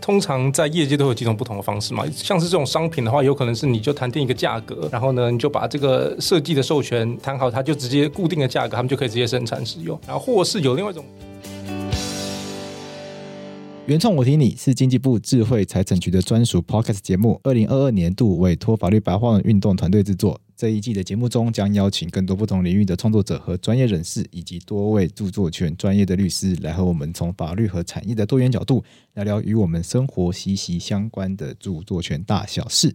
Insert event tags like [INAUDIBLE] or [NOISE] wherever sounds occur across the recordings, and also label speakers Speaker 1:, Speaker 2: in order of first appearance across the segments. Speaker 1: 通常在业界都有几种不同的方式嘛，像是这种商品的话，有可能是你就谈定一个价格，然后呢你就把这个设计的授权谈好，它就直接固定的价格，他们就可以直接生产使用。然后或是有另外一种。
Speaker 2: 原创我听你是经济部智慧财产局的专属 podcast 节目，二零二二年度委托法律白话文运动团队制作。这一季的节目中，将邀请更多不同领域的创作者和专业人士，以及多位著作权专业的律师，来和我们从法律和产业的多元角度，聊聊与我们生活息息相关的著作权大小事。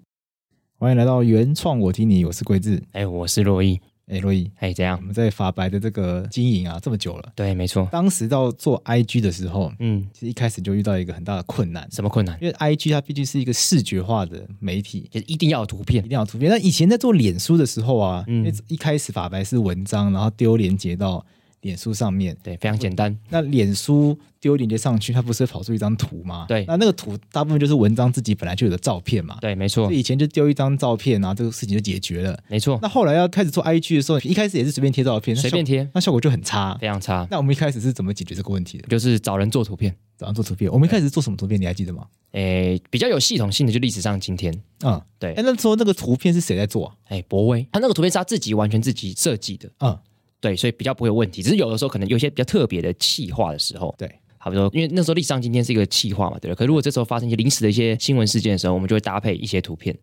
Speaker 2: 欢迎来到原创我听你，我是桂智。
Speaker 3: 哎、我是洛毅，
Speaker 2: 哎，洛伊，
Speaker 3: 哎、这
Speaker 2: 我
Speaker 3: 样，
Speaker 2: 们在法白的这个经营啊，这么久了，
Speaker 3: 对，没错，
Speaker 2: 当时到做 IG 的时候，
Speaker 3: 嗯，
Speaker 2: 其实一开始就遇到一个很大的困难，
Speaker 3: 什么困难？
Speaker 2: 因为 IG 它毕竟是一个视觉化的媒体，
Speaker 3: 就是一定要有图片
Speaker 2: 一，定要有图片。那以前在做脸书的时候啊，
Speaker 3: 嗯
Speaker 2: 因为一开始法白是文章，然后丢连接到脸书上面。
Speaker 3: 对，非常简单，
Speaker 2: 那脸书丢连接上去，它不是跑出一张图吗？
Speaker 3: 对
Speaker 2: 那那个图大部分就是文章自己本来就有的照片嘛。
Speaker 3: 对，没错
Speaker 2: 所以，以前就丢一张照片，然后这个事情就解决了。
Speaker 3: 没错，
Speaker 2: 那后来要开始做 IG 的时候，一开始也是随便贴照片，那效
Speaker 3: 随便贴，
Speaker 2: 那效果就很差。
Speaker 3: 非常差，
Speaker 2: 那我们一开始是怎么解决这个问题的？
Speaker 3: 就是找人做图片，
Speaker 2: 早上做图片，我们一开始做什么图片？你还记得吗？
Speaker 3: 哎、比较有系统性的，就历史上今天，
Speaker 2: 嗯，
Speaker 3: 对
Speaker 2: 哎，，那时候那个图片是谁在做啊？
Speaker 3: 哎、博威，他那个图片是他自己完全自己设计的，
Speaker 2: 嗯，
Speaker 3: 对，所以比较不会有问题，只是有的时候可能有一些比较特别的企划的时候，
Speaker 2: 对，
Speaker 3: 好比说，因为那时候历史上今天是一个企划嘛，对不对？可是如果这时候发生一些临时的一些新闻事件的时候，我们就会搭配一些图片。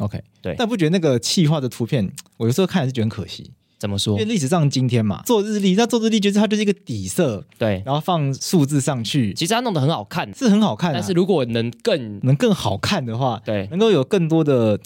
Speaker 2: OK，
Speaker 3: 对
Speaker 2: 但不觉得那个气化的图片，我有时候看还是觉得很可惜，
Speaker 3: 怎么
Speaker 2: 因
Speaker 3: 说
Speaker 2: 为？历史上今天嘛，做日历，那做日历就是它就是一个底色，
Speaker 3: 对，
Speaker 2: 然后放数字上去，
Speaker 3: 其实他弄得很好看，
Speaker 2: 是很好看、啊，
Speaker 3: 但是如果能更
Speaker 2: 能更好看的话，
Speaker 3: 对，
Speaker 2: 能够有更多的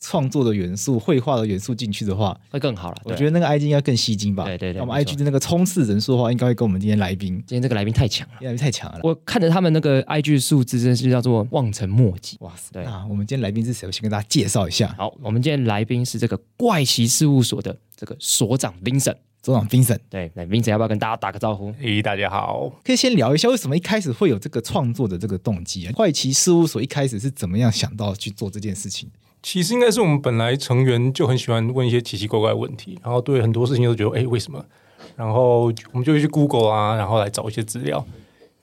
Speaker 2: 创作的元素、绘画的元素进去的话，
Speaker 3: 会更好了。
Speaker 2: 我
Speaker 3: 对
Speaker 2: 觉得那个 IG 应该更吸睛吧。
Speaker 3: 对对对
Speaker 2: 那我们
Speaker 3: 没错
Speaker 2: IG 的那个冲刺人数的话，应该会跟我们今天来宾
Speaker 3: 今天这个来宾太强了，
Speaker 2: 来宾太强了啦。
Speaker 3: 我看着他们那个 IG 数字，真是叫做望尘莫及。
Speaker 2: 哇塞！
Speaker 3: 对
Speaker 2: 那我们今天来宾是谁？我先跟大家介绍一下，
Speaker 3: 好，我们今天来宾是这个怪奇事务所的这个所长 Vincent。
Speaker 2: 总长 Vincent，
Speaker 3: 对，那 Vincent 要不要跟大家打个招呼？
Speaker 1: 咦，大家好，
Speaker 2: 可以先聊一下为什么一开始会有这个创作的这个动机啊？怪奇事务所一开始是怎么样想到去做这件事情？
Speaker 1: 其实应该是我们本来成员就很喜欢问一些奇奇怪怪的问题，然后对很多事情都觉得哎、诶为什么？然后我们就会去 Google 啊，然后来找一些资料。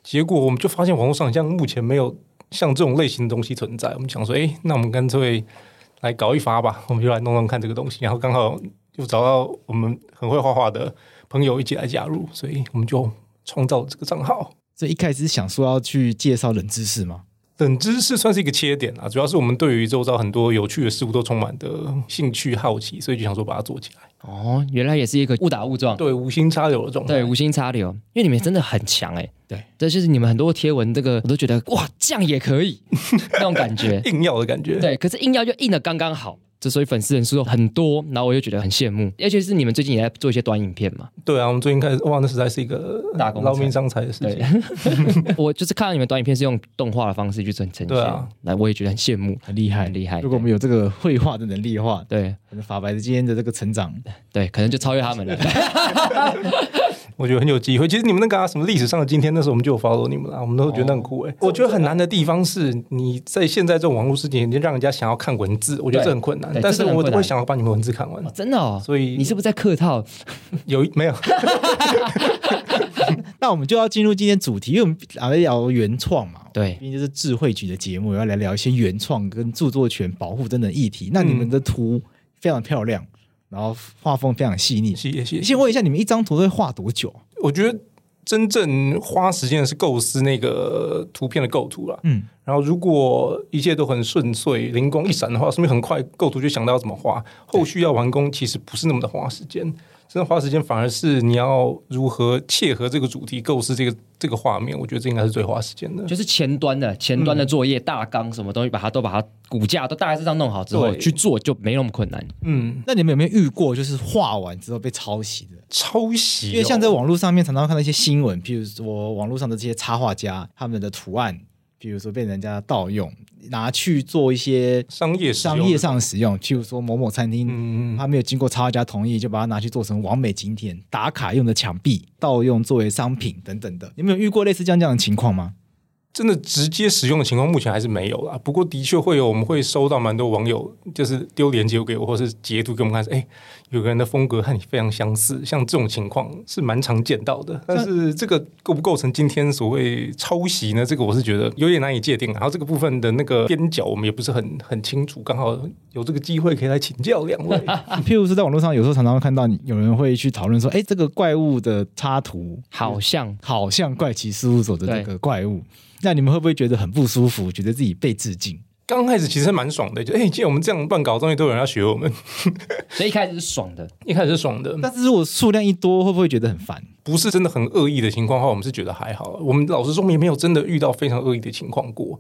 Speaker 1: 结果我们就发现网络上像目前没有像这种类型的东西存在。我们想说，哎、那我们干脆来搞一发吧，我们就来弄弄看这个东西。然后刚好又找到我们很会画画的朋友一起来加入，所以我们就创造了这个账号。
Speaker 2: 所以一开始想说要去介绍冷知识吗？
Speaker 1: 冷知识算是一个切点啊，主要是我们对于周遭很多有趣的事物都充满的兴趣好奇，所以就想说把它做起来。
Speaker 3: 哦，原来也是一个误打误撞。
Speaker 1: 对，无心插柳的状态。
Speaker 3: 对，无心插柳，因为你们真的很强哎、
Speaker 2: 对，
Speaker 3: 这就是你们很多贴文，这个我都觉得哇，这样也可
Speaker 2: [LAUGHS]
Speaker 3: 以那种感觉。
Speaker 1: 硬要的感觉。，
Speaker 3: 对，可是硬要就硬的刚刚好，这所以粉丝人数又很多，然后我就觉得很羡慕，而且是你们最近也在做一些短影片嘛。
Speaker 1: 对啊，我们最近开始，哇，那实在是一个
Speaker 3: 大工程
Speaker 1: 劳民伤财的事
Speaker 3: 对
Speaker 1: 情。，
Speaker 3: [LAUGHS] 我就是看到你们短影片是用动画的方式去呈呈
Speaker 1: 对
Speaker 3: 现
Speaker 1: 啊，
Speaker 3: 那、我也觉得很羡慕，
Speaker 2: 很厉害
Speaker 3: 很厉害。
Speaker 2: 如果我们有这个绘画的能力的话，
Speaker 3: 对
Speaker 2: 可能法白的今天的这个成长，
Speaker 3: 对，可能就超越他们
Speaker 1: [LAUGHS]
Speaker 3: 了。
Speaker 1: [LAUGHS] 啊我觉得很有机会。其实你们那个、啊、什么历史上的今天，那时候我们就有 follow 你们啦，我们都觉得很酷哎、我觉得很难的地方是，你在现在这种网络世界，你让人家想要看文字，我觉得
Speaker 3: 对
Speaker 1: 这很困难
Speaker 3: 对。
Speaker 1: 但
Speaker 3: 这
Speaker 1: 是
Speaker 3: 真的很
Speaker 1: 我
Speaker 3: 困难
Speaker 1: 会想要把你们文字看完
Speaker 3: 哦。真的哦，
Speaker 1: 所以
Speaker 3: 你是不是在客套？
Speaker 1: 有一没有？ [LAUGHS]
Speaker 2: 那我们就要进入今天主题，因为我们来聊原创嘛。
Speaker 3: 对
Speaker 2: 毕
Speaker 1: 嗯
Speaker 2: 竟这是智慧局的节目，要来聊一些原创跟著作权保护等等议题。那你们的图非常漂亮，然后画风非常细腻。
Speaker 1: 谢谢谢谢
Speaker 2: 先。问一下，你们一张图会画多久？啊
Speaker 1: 我觉得真正花时间的是构思那个图片的构图啦。
Speaker 2: 嗯，
Speaker 1: 然后如果一切都很顺遂、灵光一闪的话，说明很快构图就想到要怎么画。后续要完工，其实不是那么的花时间，真的花时间反而是你要如何切合这个主题、构思这个这个画面。我觉得这应该是最花时间的。
Speaker 3: 就是前端的前端的
Speaker 1: 嗯
Speaker 3: 作业、大纲什么东西，把它都把它骨架都大概是这样弄好之后
Speaker 1: 对
Speaker 3: 去做，就没那么困难。
Speaker 1: 嗯，
Speaker 2: 那你们有没有遇过就是画完之后被抄袭的？
Speaker 1: 抄袭、哦，
Speaker 2: 因为像在网络上面常常看到一些新闻，譬如说网络上的这些插画家他们的图案，比如说被人家盗用，拿去做一些
Speaker 1: 商业使用
Speaker 2: 商业，上使用，譬如说某某餐厅。
Speaker 1: 嗯，
Speaker 2: 他没有经过插画家同意，就把它拿去做成完美景点打卡用的墙壁，盗用作为商品等等的。你们有遇过类似这样这样的情况吗？
Speaker 1: 真的直接使用的情况目前还是没有啦。不过的确会有，我们会收到蛮多网友就是丢链接给我，或是截图给我们看，说哎、有个人的风格和你非常相似，像这种情况是蛮常见到的。但是这个构不构成今天所谓抄袭呢？这个我是觉得有点难以界定。啊然后这个部分的那个边角，我们也不是很很清楚。刚好有这个机会可以来请教两 [LAUGHS] 位。
Speaker 2: 啊譬如是在网络上，有时候常常会看到你有人会去讨论说，哎，这个怪物的插图
Speaker 3: 好像
Speaker 2: 好像怪奇事务所的那个怪物，那你们会不会觉得很不舒服，觉得自己被致敬？
Speaker 1: 刚开始其实蛮爽的，就哎，既然我们这样乱搞，终于都有人要学我们。
Speaker 3: 所以一开始是爽的，
Speaker 1: 一开始是爽
Speaker 3: 嗯
Speaker 1: 的，
Speaker 2: 但是如果数量一多，会不会觉得很烦？
Speaker 1: 不是真的很恶意的情况的话，我们是觉得还好。我们老实说，也没有真的遇到非常恶意的情况过，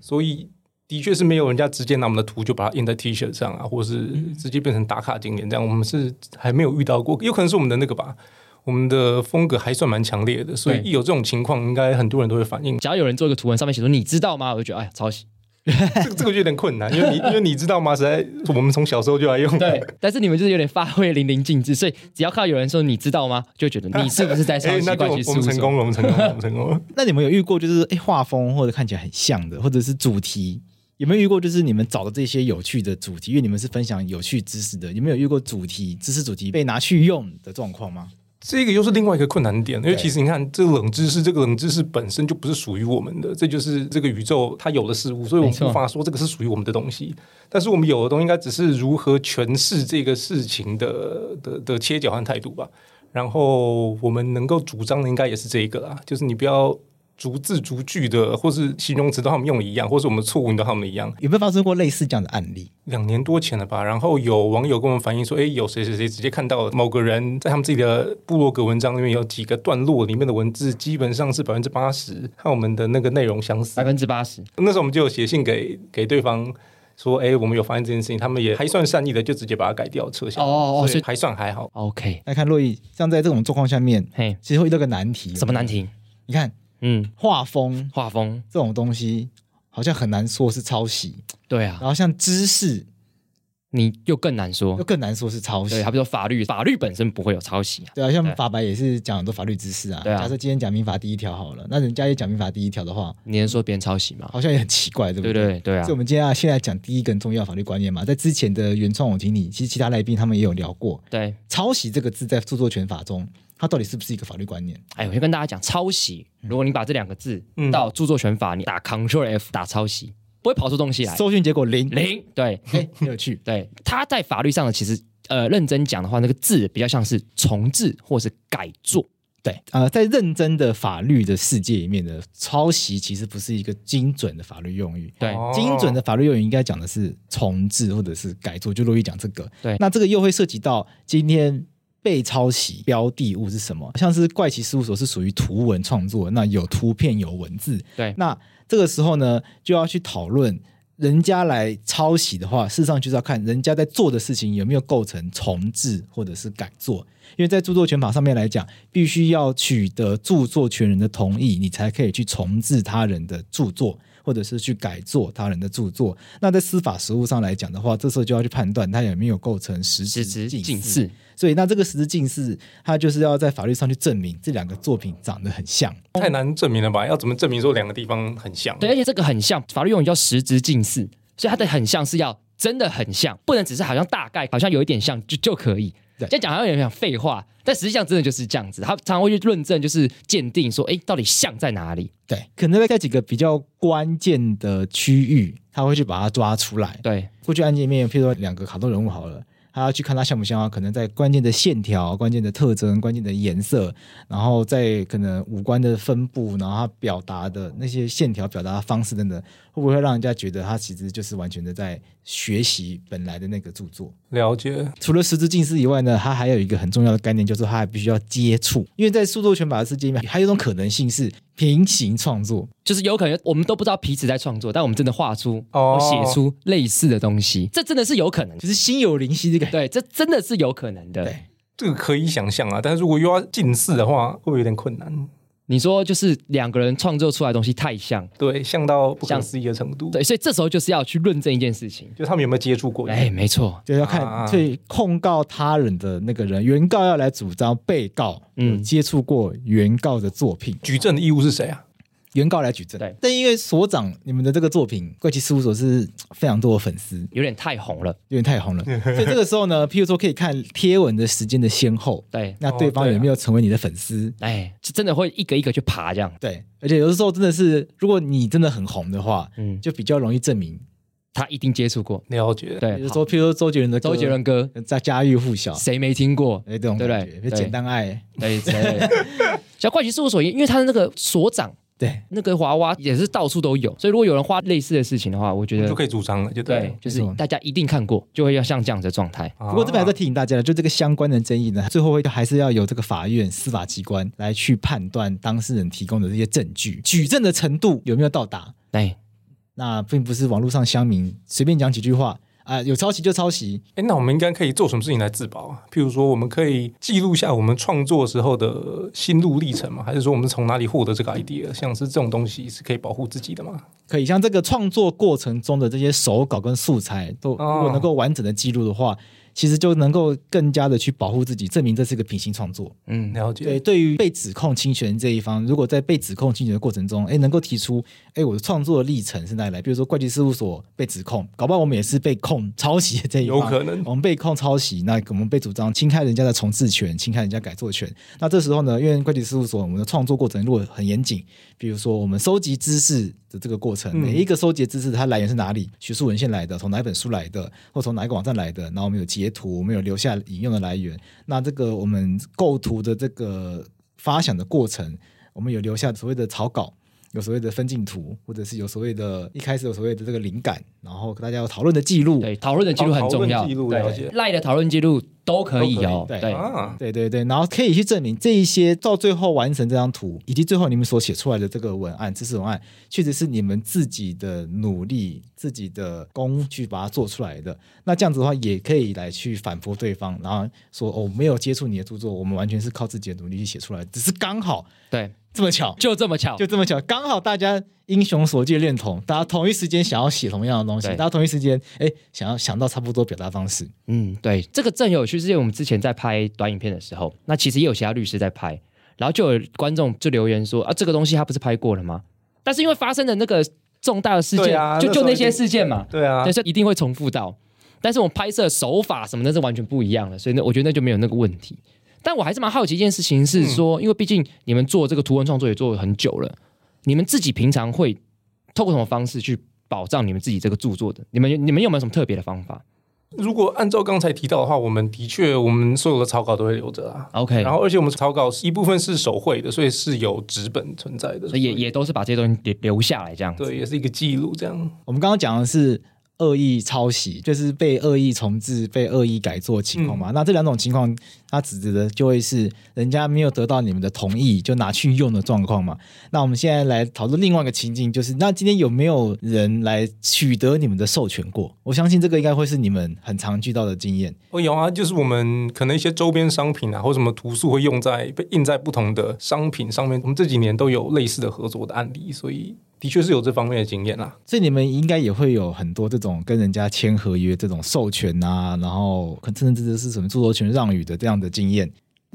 Speaker 1: 所以的确是没有人家直接拿我们的图就把它印在 T 恤上啊，或是直接变成打卡景点这样，我们是还没有遇到过。有可能是我们的那个吧，我们的风格还算蛮强烈的，所以
Speaker 3: 对
Speaker 1: 一有这种情况，应该很多人都会反应。
Speaker 3: 只要有人做一个图文，上面写说你知道吗？我就觉得哎呀抄袭。
Speaker 1: 这个这个就有点困难，因为你因为你知道吗？实在我们从小时候就来用，
Speaker 3: 对， [LAUGHS] 但是你们就是有点发挥淋漓尽致，所以只要看到有人说你知道吗，
Speaker 1: [LAUGHS]
Speaker 3: 就觉得你是不是在抄
Speaker 1: 哎，
Speaker 3: 袭
Speaker 1: 那就
Speaker 3: 怪
Speaker 1: 我
Speaker 3: 奇事
Speaker 1: 我
Speaker 3: 务
Speaker 1: 们成
Speaker 3: 所？
Speaker 1: 功了，我们成功了，我们成功了。
Speaker 2: 那你们有遇过就是哎画风或者看起来很像的，或者是主题？有没有遇过就是你们找的这些有趣的主题？因为你们是分享有趣知识的，有没有遇过主题知识主题被拿去用的状况吗？
Speaker 1: 这个又是另外一个困难点，因为
Speaker 2: 对
Speaker 1: 其实你看，这个冷知识，这个冷知识本身就不是属于我们的，这就是这个宇宙它有的事物，所以我
Speaker 3: 没
Speaker 1: 们
Speaker 3: 错
Speaker 1: 无法说这个是属于我们的东西。但是我们有的东西，应该只是如何诠释这个事情的的的切角和态度吧。然后我们能够主张的，应该也是这一个啦，就是你不要逐字逐句的，或是形容词都和他们用的一样，或是我们错误你都和他们一样。
Speaker 2: 有没有发生过类似这样的案例？
Speaker 1: 两年多前了吧，然后有网友跟我们反映说，哎，有谁谁谁直接看到某个人在他们自己的部落格文章里面有几个段落里面的文字，基本上是百分之八十和我们的那个内容相似
Speaker 3: 百。分之八十，
Speaker 1: 那时候我们就有写信给给对方说，哎，我们有发现这件事情，他们也还算善意的，就直接把它改掉撤下。
Speaker 3: 哦哦哦
Speaker 1: 所
Speaker 3: 所
Speaker 1: 以
Speaker 3: 以
Speaker 1: 还算还好。
Speaker 3: OK，
Speaker 2: 来看洛伊，像在这种状况下面，
Speaker 3: 嘿，
Speaker 2: 其实会遇到个难题。
Speaker 3: 什么难？题？
Speaker 2: 你看
Speaker 3: 嗯，
Speaker 2: 画风
Speaker 3: 画风，
Speaker 2: 这种东西，好像很难说是抄袭，
Speaker 3: 对
Speaker 2: 然
Speaker 3: 啊，
Speaker 2: 后像知识
Speaker 3: 你又更难
Speaker 2: 就
Speaker 3: 说。
Speaker 2: 更难说是抄袭
Speaker 3: 对，。好比说法律，法律本身不会有抄袭啊。
Speaker 2: 对啊，像
Speaker 3: 对
Speaker 2: 法白也是讲很多法律知识啊。
Speaker 3: 对啊
Speaker 2: 假设今天讲民法第一条好了，那人家也讲民法第一条的话，
Speaker 3: 你能说别人抄袭吗？
Speaker 2: 好像也很奇怪，对不
Speaker 3: 对对对啊
Speaker 2: 所以，我们今天要先来讲第一个很重要的法律观念嘛，在之前的原创网题里，其实其他来宾他们也有聊过，
Speaker 3: 对。
Speaker 2: 抄袭这个字在著作权法中，它到底是不是一个法律观念？
Speaker 3: 哎，我先跟大家讲，抄袭，如果你把这两个字
Speaker 1: 嗯
Speaker 3: 到著作权法，你打 Ctrl F 打抄袭，不会跑出东西来。
Speaker 2: 搜寻结果零，
Speaker 3: 啊零，对。
Speaker 2: 哎，很有趣
Speaker 3: 对，它在法律上呢，其实呃认真讲的话，那个字比较像是重置或是改作。
Speaker 2: 对，呃，在认真的法律的世界里面的抄袭，其实不是一个精准的法律用语。
Speaker 3: 对，
Speaker 1: 哦
Speaker 2: 精准的法律用语应该讲的是重置或者是改作，就容易讲这个。
Speaker 3: 对
Speaker 2: 那这个又会涉及到今天被抄袭标的物是什么？像是怪奇事务所是属于图文创作，那有图片有文字，
Speaker 3: 对
Speaker 2: 那这个时候呢，就要去讨论。人家来抄袭的话，事实上就是要看人家在做的事情有没有构成重置或者是改作，因为在著作权法上面来讲，必须要取得著作权人的同意，你才可以去重置他人的著作，或者是去改作他人的著作。那在司法实务上来讲的话，这时候就要去判断他有没有构成实
Speaker 3: 实
Speaker 2: 质
Speaker 3: 质
Speaker 2: 近
Speaker 3: 近
Speaker 2: 似。
Speaker 3: 似，
Speaker 2: 所以，那这个实质近似，它就是要在法律上去证明这两个作品长得很像。
Speaker 1: 哦太难证明了吧？要怎么证明说两个地方很像？
Speaker 3: 对，而且这个很像，法律用语叫实质近似，所以它的很像是要真的很像，不能只是好像大概好像有一点像就就可以。
Speaker 2: 对
Speaker 3: 这样讲好像有点像废话，但实际上真的就是这样子。他常常会去论证，就是鉴定说，哎，到底像在哪里？
Speaker 2: 对，可能在几个比较关键的区域，他会去把它抓出来。
Speaker 3: 对，
Speaker 2: 过去案件里面，譬如说两个卡通人物好了，他要去看他像不像啊？可能在关键的线条、关键的特征、关键的颜色，然后在可能五官的分布，然后他表达的那些线条、表达的方式等等，会不会让人家觉得他其实就是完全的在学习本来的那个著作？
Speaker 1: 了解。
Speaker 2: 除了实质近似以外呢，它还有一个很重要的概念，就是它还必须要接触，因为在著作权法的世界里面，还有一种可能性是平行创作。
Speaker 3: 就是有可能我们都不知道彼此在创作，但我们真的画出、
Speaker 1: 哦
Speaker 3: 我写出类似的东西，这真的是有可能的。
Speaker 2: 就是心有灵犀这个，
Speaker 3: 对，这真的是有可能的
Speaker 2: 对。
Speaker 1: 这个可以想象啊，但是如果又要近似的话，会不会有点困难？
Speaker 3: 你说就是两个人创作出来的东西太像，
Speaker 1: 对，像到不可思议的程度。
Speaker 3: 对，所以这时候就是要去论证一件事情。
Speaker 1: 就他们有没有接触过？
Speaker 3: 哎，没错，
Speaker 2: 就要看
Speaker 1: 啊
Speaker 2: 对控告他人的那个人，原告要来主张被告有
Speaker 3: 嗯
Speaker 2: 接触过原告的作品，
Speaker 1: 举证的义务是谁啊？
Speaker 2: 原告来举证。
Speaker 3: 对，
Speaker 2: 但因为所长你们的这个作品《怪奇事务所》是非常多的粉丝，
Speaker 3: 有点太红了。
Speaker 2: 有点太
Speaker 3: [LAUGHS]
Speaker 2: 红了，所以这个时候呢，譬如说可以看贴文的时间的先后，
Speaker 3: 哦对，啊
Speaker 2: 那对方有没有成为你的粉丝？
Speaker 3: 哎，是真的会一个一个去爬这样。
Speaker 2: 对，而且有的时候真的是，如果你真的很红的话，
Speaker 3: 嗯，
Speaker 2: 就比较容易证明。
Speaker 3: 他一定接触过。
Speaker 1: 了解，
Speaker 2: 比
Speaker 3: 对
Speaker 2: 如，说，譬如说周杰伦的歌
Speaker 3: 周杰伦歌
Speaker 2: 在家喻户晓，
Speaker 3: 谁没听过？
Speaker 2: 哎，这种
Speaker 3: 对不
Speaker 2: 感
Speaker 3: 对
Speaker 2: 觉，比如
Speaker 3: 对
Speaker 2: 简单爱，
Speaker 3: 对，谁？像怪奇事务所，因为他的那个所长
Speaker 2: 对，
Speaker 3: 那个娃娃也是到处都有，所以如果有人画类似的事情的话，我觉
Speaker 1: 就
Speaker 3: 得
Speaker 1: 可以主张了，就啊
Speaker 3: 对，就是
Speaker 2: 没错
Speaker 3: 大家一定看过，就会要像这样子的状态。
Speaker 1: 不
Speaker 2: 不过这边还是提醒大家的，就这个相关的争议呢，最后会还是要由这个法院、司法机关来去判断当事人提供的这些证据举证的程度有没有到达。
Speaker 3: 哎，
Speaker 2: 那并不是网络上乡民随便讲几句话啊、有抄袭就抄袭，
Speaker 1: 哎，那我们应该可以做什么事情来自保啊？譬如说，我们可以记录下我们创作时候的心路历程嘛？还是说我们从哪里获得这个 idea？像是这种东西是可以保护自己的吗？
Speaker 2: 可以像这个创作过程中的这些手稿跟素材，都如
Speaker 1: 哦
Speaker 2: 果能够完整的记录的话，其实就能够更加的去保护自己，证明这是一个平行创作。
Speaker 3: 嗯，
Speaker 1: 了解，
Speaker 2: 对，对于被指控侵权这一方，如果在被指控侵权的过程中，哎，能够提出，哎，我的创作历程是哪里来？比如说会计事务所被指控，搞不好我们也是被控抄袭的这一方，
Speaker 1: 有可能
Speaker 2: 我们被控抄袭，那我们被主张侵害人家的重置权、侵害人家改作权。那这时候呢，因为会计事务所我们的创作过程如果很严谨，比如说我们收集知识的这个过程，
Speaker 1: 嗯
Speaker 2: 每一个收集的知识它来源是哪里，学术文献来的，从哪一本书来的，或从哪一个网站来的，然后我们有截图，我们有留下引用的来源。那这个我们构图的这个发想的过程，我们有留下所谓的草稿。有所谓的分镜图，或者是有所谓的一开始有所谓的这个灵感，然后大家有讨论的记录，
Speaker 3: 对，讨论的记录很重
Speaker 1: 讨
Speaker 3: 要，
Speaker 1: 论记录
Speaker 3: 对
Speaker 1: 了解
Speaker 3: 赖的讨论记录都可以哦，
Speaker 2: 都可以对
Speaker 3: 对，
Speaker 1: 啊，
Speaker 2: 对对对，然后可以去证明这一些到最后完成这张图，以及最后你们所写出来的这个文案、知识文案，确实是你们自己的努力、自己的工去把它做出来的。那这样子的话，也可以来去反驳对方，然后说哦，没有接触你的著作，我们完全是靠自己的努力去写出来的，只是刚好
Speaker 3: 对，
Speaker 2: 这么巧，
Speaker 3: 就这么巧，
Speaker 2: 就这么巧，刚好大家英雄所见略同，大家同一时间想要写同样的东西，
Speaker 3: 对
Speaker 2: 大家同一时间哎想要想到差不多表达方式，
Speaker 3: 嗯，对，这个正有趣，是因为我们之前在拍短影片的时候，那其实也有其他律师在拍，然后就有观众就留言说啊，这个东西他不是拍过了吗？但是因为发生的那个重大的事
Speaker 1: 对
Speaker 3: 件，
Speaker 1: 啊
Speaker 3: 就
Speaker 1: 那
Speaker 3: 就
Speaker 1: 时候
Speaker 3: 那
Speaker 1: 一
Speaker 3: 些
Speaker 1: 定
Speaker 3: 事件嘛，
Speaker 1: 对啊
Speaker 3: 但，是一定会重复到。但是我们拍摄手法什么的是完全不一样的，所以呢，我觉得那就没有那个问题。但我还是蛮好奇一件事情
Speaker 1: 嗯
Speaker 3: 是说，因为毕竟你们做这个图文创作也做了很久了，你们自己平常会透过什么方式去保障你们自己这个著作的？你们你们有没有什么特别的方法
Speaker 1: 如果按照刚才提到的话，我们的确，我们所有的草稿都会留着啊。
Speaker 3: ？OK，
Speaker 1: 然后，而且我们草稿一部分是手绘的，所以是有纸本存在的，
Speaker 3: 所以也也都是把这些东西留留下来这样子。
Speaker 1: 对，也是一个记录这样。
Speaker 2: 我们刚刚讲的是恶意抄袭，就是被恶意重置、被恶意改作情况嘛。那这两种情况，它指的就会是人家没有得到你们的同意就拿去用的状况嘛。那我们现在来讨论另外一个情境，就是那今天有没有人来取得你们的授权过？我相信这个应该会是你们很常遇到的经验。
Speaker 1: 哦，有啊，就是我们可能一些周边商品啊，或什么图素会用在被印在不同的商品上面。我们这几年都有类似的合作的案例，所以的确是有这方面的经验啦。
Speaker 2: 所以你们应该也会有很多这种跟人家签合约、这种授权啊，然后甚至是什么著作权让与的这样的经验。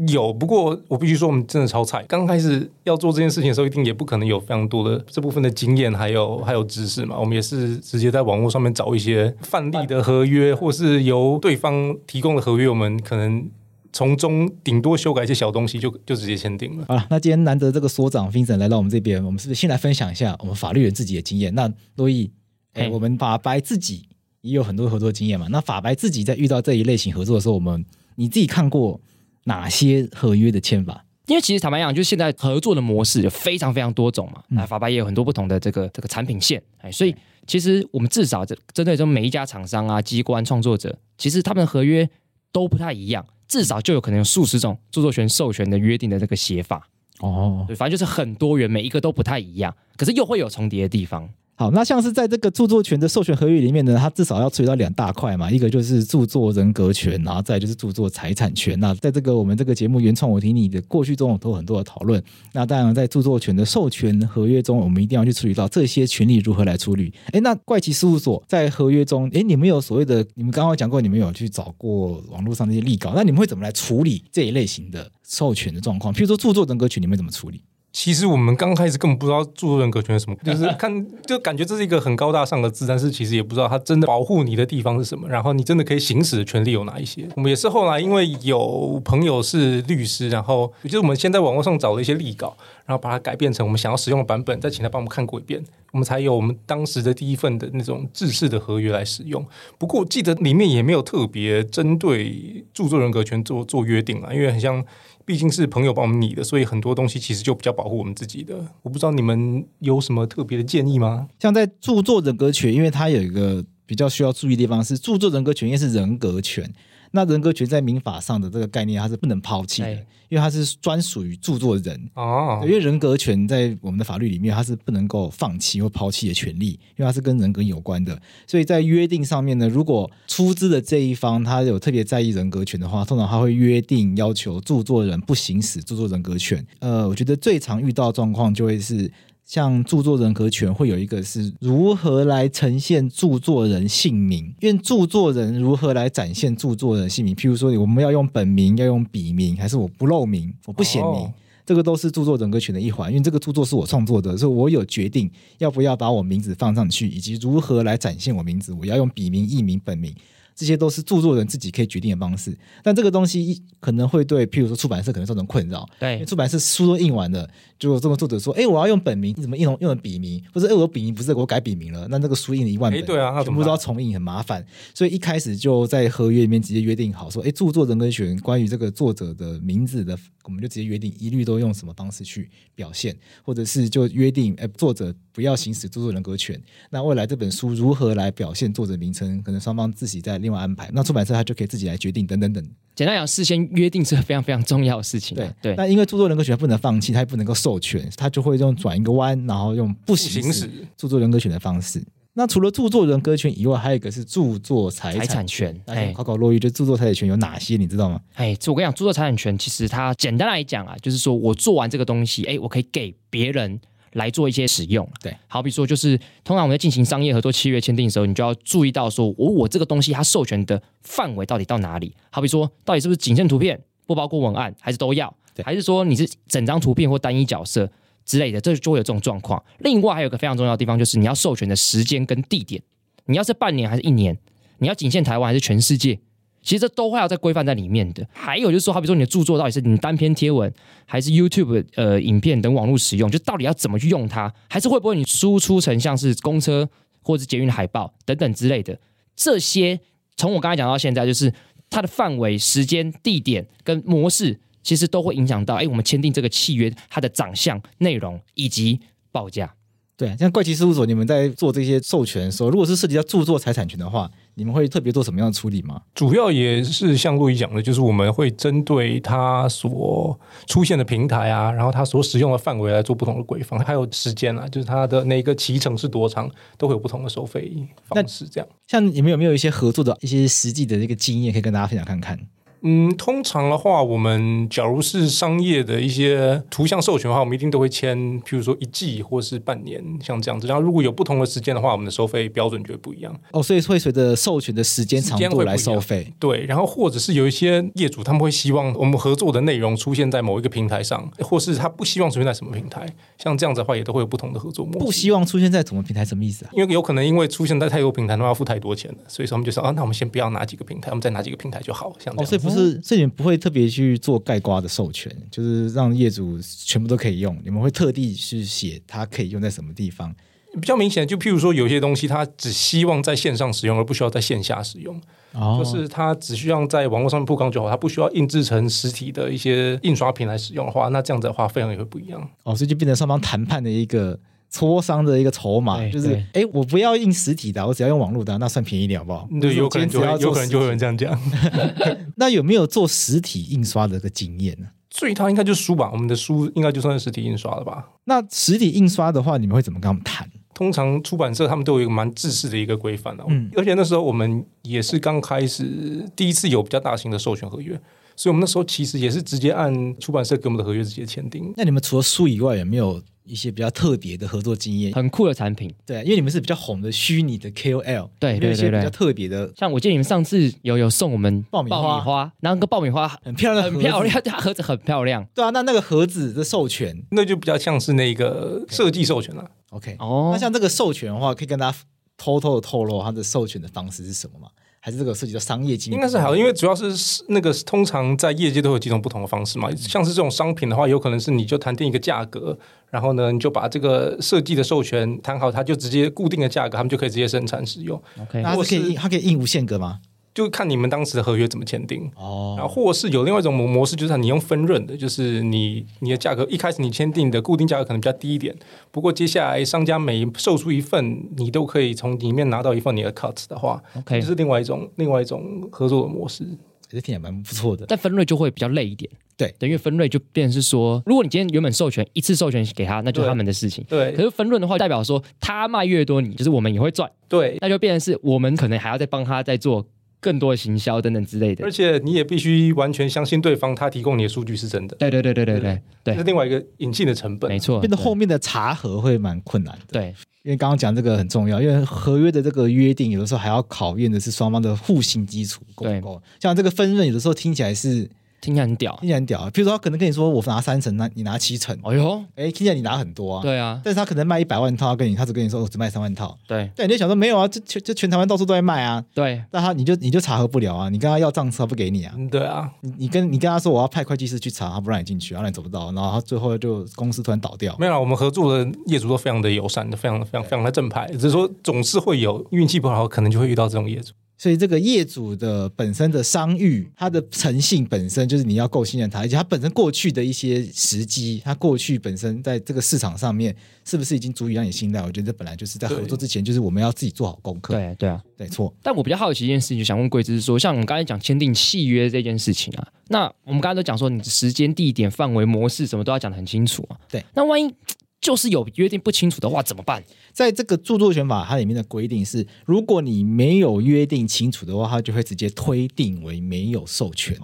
Speaker 1: 有，不过我必须说，我们真的超菜。刚开始要做这件事情的时候，一定也不可能有非常多的这部分的经验，还有还有知识嘛。我们也是直接在网络上面找一些范例的合约，或是由对方提供的合约，我们可能从中顶多修改一些小东西就，就直接签订了。
Speaker 2: 好了，那今天难得这个所长 Vincent 来到我们这边，我们是不是先来分享一下我们法律人自己的经验？那洛伊，哎、
Speaker 3: 嘿
Speaker 2: 我们法白自己也有很多合作经验嘛。那法白自己在遇到这一类型合作的时候，我们你自己看过哪些合约的签法？
Speaker 3: 因为其实坦白讲，就是现在合作的模式有非常非常多种嘛，那法白也有很多不同的这个这个产品线，哎，所以其实我们至少这针对这每一家厂商啊、机关、创作者，其实他们的合约都不太一样，至少就有可能有数十种著作权授权的约定的这个写法，
Speaker 2: 哦，
Speaker 3: 对，反正就是很多元，每一个都不太一样，可是又会有重叠的地方，
Speaker 2: 好，那像是在这个著作权的授权合约里面呢，它至少要处理到两大块嘛，一个就是著作人格权，然后再就是著作财产权。那在这个我们这个节目《原创我听你的》过去中，都有很多的讨论。那当然，在著作权的授权合约中，我们一定要去处理到这些权利如何来处理。诶，那怪奇事务所在合约中，诶，你们有所谓的，你们刚刚讲过，你们有去找过网络上那些立稿，那你们会怎么来处理这一类型的授权的状况？譬如说著作人格权，你们会怎么处理？
Speaker 1: 其实我们刚开始根本不知道著作人格权是什么，就是看就感觉这是一个很高大上的字，但是其实也不知道它真的保护你的地方是什么，然后你真的可以行使的权利有哪一些。我们也是后来因为有朋友是律师，然后就是我们先在网络上找了一些例稿，然后把它改变成我们想要使用的版本，再请他帮我们看过一遍，我们才有我们当时的第一份的那种制式的合约来使用。不过我记得里面也没有特别针对著作人格权做做约定啊，因为很像。毕竟是朋友帮我们拟的，所以很多东西其实就比较保护我们自己的。我不知道你们有什么特别的建议吗？
Speaker 2: 像在著作人格权，因为它有一个比较需要注意的地方是，著作人格权因为是人格权，那人格权在民法上的这个概念它是不能抛弃的
Speaker 3: 哎，
Speaker 2: 因为它是专属于著作人。
Speaker 1: 哦
Speaker 2: 对，因为人格权在我们的法律里面，它是不能够放弃或抛弃的权利，因为它是跟人格有关的。所以在约定上面呢，如果出资的这一方他有特别在意人格权的话，通常他会约定要求著作人不行使著作人格权。呃，我觉得最常遇到的状况就会是。像著作人格权会有一个是如何来呈现著作人姓名，因为著作人如何来展现著作人姓名，譬如说我们要用本名，要用笔名，还是我不露名，我不显名，
Speaker 1: 哦
Speaker 2: 这个都是著作人格权的一环，因为这个著作是我创作的，所以我有决定要不要把我名字放上去，以及如何来展现我名字，我要用笔名、艺名、本名，这些都是著作人自己可以决定的方式。但这个东西一可能会对，譬如说出版社可能造成困扰，因为
Speaker 3: 对
Speaker 2: 出版社书都印完了，结果这个作者说：“哎，我要用本名，你怎么印用用了笔名？或者哎，我笔名不是我改笔名了？那那个书印了一万本，
Speaker 1: 哎对啊那怎
Speaker 2: 全
Speaker 1: 么
Speaker 2: 部都要
Speaker 1: 办
Speaker 2: 重印，很麻烦。所以一开始就在合约里面直接约定好说：哎，著作人格权关于这个作者的名字的，我们就直接约定一律都用什么方式去表现，或者是就约定，哎，作者不要行使著作人格权。那未来这本书如何来表现作者名称，可能双方自己再另外安排。那出版社他就可以自己来决定，等等等。
Speaker 3: 简单讲，事先约定是非常非常重要的事情啊。对
Speaker 2: 那因为著作人格权不能放弃，他也不能够授权，他就会用转一个弯，然后用不行
Speaker 1: 行使
Speaker 2: 使著作人格权的方式。那除了著作人格权以外，还有一个是著作财
Speaker 3: 财
Speaker 2: 产
Speaker 3: 产
Speaker 2: 权。
Speaker 3: 权，
Speaker 2: 大家
Speaker 3: 哎
Speaker 2: 考考洛伊，就著作财产权有哪些，你知道吗？
Speaker 3: 哎，这我跟你讲，著作财产权其实它简单来讲啊，就是说我做完这个东西，哎，我可以给别人来做一些使用。
Speaker 2: 对，
Speaker 3: 好比说就是通常我们在进行商业合作契约签订的时候，你就要注意到说我我这个东西它授权的范围到底到哪里？好比说到底是不是仅限图片，不包括文案，还是都要
Speaker 2: 对？
Speaker 3: 还是说你是整张图片或单一角色？之类的，这就会有这种状况。另外还有一个非常重要的地方，就是你要授权的时间跟地点，你要是半年还是一年，你要仅限台湾还是全世界，其实这都会要在规范在里面的。还有就是说，好比说你的著作到底是你单篇贴文，还是 YouTube 呃影片等网络使用，就到底要怎么去用它，还是会不会你输出成像是公车或者是捷运的海报等等之类的，这些从我刚才讲到现在，就是它的范围、时间、地点跟模式，其实都会影响到哎我们签订这个契约它的长相、内容以及报价。
Speaker 2: 对，啊像怪奇事务所，你们在做这些授权的时候，如果是涉及到著作财产权的话，你们会特别做什么样的处理吗？
Speaker 1: 主要也是像陆毅讲的，就是我们会针对它所出现的平台啊，然后它所使用的范围来做不同的规范，还有时间啊，就是它的那个骑程是多长，都会有不同的收费方式这样。
Speaker 2: 像你们有没有一些合作的一些实际的这个经验可以跟大家分享看看？
Speaker 1: 嗯，通常的话，我们假如是商业的一些图像授权的话，我们一定都会签，譬如说一季或是半年，像这样子。然后如果有不同的时间的话，我们的收费标准就会不一样。
Speaker 2: 哦，所以会随着授权的时间长
Speaker 1: 时间会
Speaker 2: 度
Speaker 1: 不
Speaker 2: 来
Speaker 1: 一样
Speaker 2: 收费。
Speaker 1: 对，然后或者是有一些业主他们会希望我们合作的内容出现在某一个平台上，或是他不希望出现在什么平台，像这样子的话，也都会有不同的合作模式。
Speaker 2: 不希望出现在什么平台，什么意思啊？
Speaker 1: 因为有可能因为出现在太多平台的话，要付太多钱了，所以说我们就说啊，那我们先不要哪几个平台，我们再哪几个平台就好，像这
Speaker 2: 哦，
Speaker 1: 样
Speaker 2: 所
Speaker 1: 子。
Speaker 2: 以不是，所以你们不会特别去做盖瓜的授权，就是让业主全部都可以用，你们会特地去写它可以用在什么地方。
Speaker 1: 比较明显，就譬如说有些东西，它只希望在线上使用，而不需要在线下使用。
Speaker 2: 哦
Speaker 1: 就是它只需要在网络上面曝光就好，它不需要印制成实体的一些印刷品来使用的话，那这样子的话费用也会不一样。
Speaker 2: 哦，所以就变成双方谈判的一个磋商的一个筹码，
Speaker 3: 对
Speaker 2: 就是哎，诶我不要印实体的，啊我只要用网络的，那算便宜点好不好？
Speaker 1: 嗯对，有
Speaker 2: 我
Speaker 1: 可
Speaker 2: 今天
Speaker 1: 能就
Speaker 2: 只
Speaker 1: 会
Speaker 2: 要做
Speaker 1: 有可能就会有
Speaker 2: 实
Speaker 1: 人
Speaker 2: 体
Speaker 1: 这样讲。
Speaker 2: 那有没有做实体印刷的一个经验呢？
Speaker 1: 所以它应该就是书吧，我们的书应该就算是实体印刷了吧。
Speaker 2: 那实体印刷的话，你们会怎么跟他们谈？
Speaker 1: 通常出版社他们都有一个蛮制式的一个规范的、啊
Speaker 2: 嗯
Speaker 1: 而且那时候我们也是刚开始第一次有比较大型的授权合约，所以我们那时候其实也是直接按出版社给我们的合约直接签订。
Speaker 2: 那你们除了书以外，有没有一些比较特别的合作经验？
Speaker 3: 很酷的产品。
Speaker 2: 对啊，因为你们是比较红的虚拟的 KOL，
Speaker 3: 对
Speaker 2: 有没有一
Speaker 3: 对对
Speaker 2: 些
Speaker 3: 对
Speaker 2: 比较特别的
Speaker 3: 像我记得你们上次有有送我们
Speaker 2: 爆米花
Speaker 3: 花然后那个爆米花
Speaker 2: 很漂亮的盒子
Speaker 3: 很漂。 [LAUGHS] 亮，它盒子很漂亮
Speaker 2: 对啊，那那个盒子的授权
Speaker 1: 那就比较像是那个设计授权了、
Speaker 2: ，OK，、
Speaker 3: 哦
Speaker 2: 那。像这个授权的话，可以跟大家偷偷的透露它的授权的方式是什么吗？还是这个涉及到商业机密？
Speaker 1: 应该是好，因为主要是那个通常在业界都有几种不同的方式嘛，像是这种商品的话，有可能是你就谈定一个价格，然后呢你就把这个设计的授权谈好，它就直接固定的价格，他们就可以直接生产使用，
Speaker 3: OK，
Speaker 2: 那它是可
Speaker 1: 或
Speaker 2: 以
Speaker 1: 是
Speaker 2: 印，它可以印无限格吗？
Speaker 1: 就看你们当时的合约怎么签订。然后
Speaker 2: 哦，
Speaker 1: 或是有另外一种模模式，就是你用分润的，就是你你的价格一开始你签订的固定价格可能比较低一点，不过接下来商家每售出一份，你都可以从里面拿到一份你的 cut 的话，
Speaker 3: OK
Speaker 1: 这是另外一种另外一种合作的模式。
Speaker 2: 这听起来蛮不错的。
Speaker 3: 但分类就会比较累一点。
Speaker 2: 对
Speaker 3: 因为分类就变成是说，如果你今天原本授权一次授权给他，那就是
Speaker 1: 对
Speaker 3: 他们的事情。
Speaker 1: 对
Speaker 3: 可是分润的话，代表说他卖越多，你就是我们也会赚，
Speaker 1: 对，
Speaker 3: 那就变成是我们可能还要再帮他再做更多的行销等等之类的
Speaker 1: 而。且你也必须完全相信对方，他提供你的数据是真的，
Speaker 3: 对对对对对对
Speaker 1: 这是
Speaker 3: 对，
Speaker 1: 另外一个引进的成本
Speaker 3: 没。错。
Speaker 2: 变得
Speaker 3: 对
Speaker 2: 后面的查核会蛮困难的，
Speaker 3: 对
Speaker 2: 因为刚刚讲这个很重要，因为合约的这个约定有的时候还要考验的是双方的互信基础够
Speaker 3: 对
Speaker 2: 不够。像这个分润有的时候听起来是
Speaker 3: 听起来很屌
Speaker 2: 听。起来很屌，啊比如说他可能跟你说我拿三成，那你拿七成，
Speaker 3: 哎呦，
Speaker 2: 哎，听起来你拿很多啊，
Speaker 3: 对啊，
Speaker 2: 但是他可能卖一百万套，他跟你他只跟你说我哦只卖三万套，
Speaker 3: 对
Speaker 2: 但你就想说没有啊，这全这全台湾到处都在卖啊，
Speaker 3: 对
Speaker 2: 那他你就你就查核不了啊，你跟他要账册他不给你啊，
Speaker 1: 嗯对啊，
Speaker 2: 你你跟你跟他说我要派会计师去查，他不让你进去，啊然后你走不到，然后他最后就公司突然倒掉，
Speaker 1: 没有啦，我们合作的业主都非常的友善，非常非常非常的正派，只是说总是会有运气不好，可能就会遇到这种业主。
Speaker 2: 所以这个业主的本身的商誉，他的诚信本身就是你要够信任他，而且他本身过去的一些时机，他过去本身在这个市场上面是不是已经足以让你信赖？我觉得这本来就是在合作之前，就是我们要自己做好功课。，
Speaker 3: 对对啊。
Speaker 2: 没错。
Speaker 3: 但我比较好奇一件事情，就想问贵芝说，像我们刚才讲签订契约这件事情啊，那我们刚才都讲说，你的时间、地点、范围、模式什么都要讲得很清楚啊。
Speaker 2: 对，
Speaker 3: 那万一就是有约定不清楚的话，怎么办？
Speaker 2: 在这个著作权法它里面的规定是，如果你没有约定清楚的话，它就会直接推定为没有授权。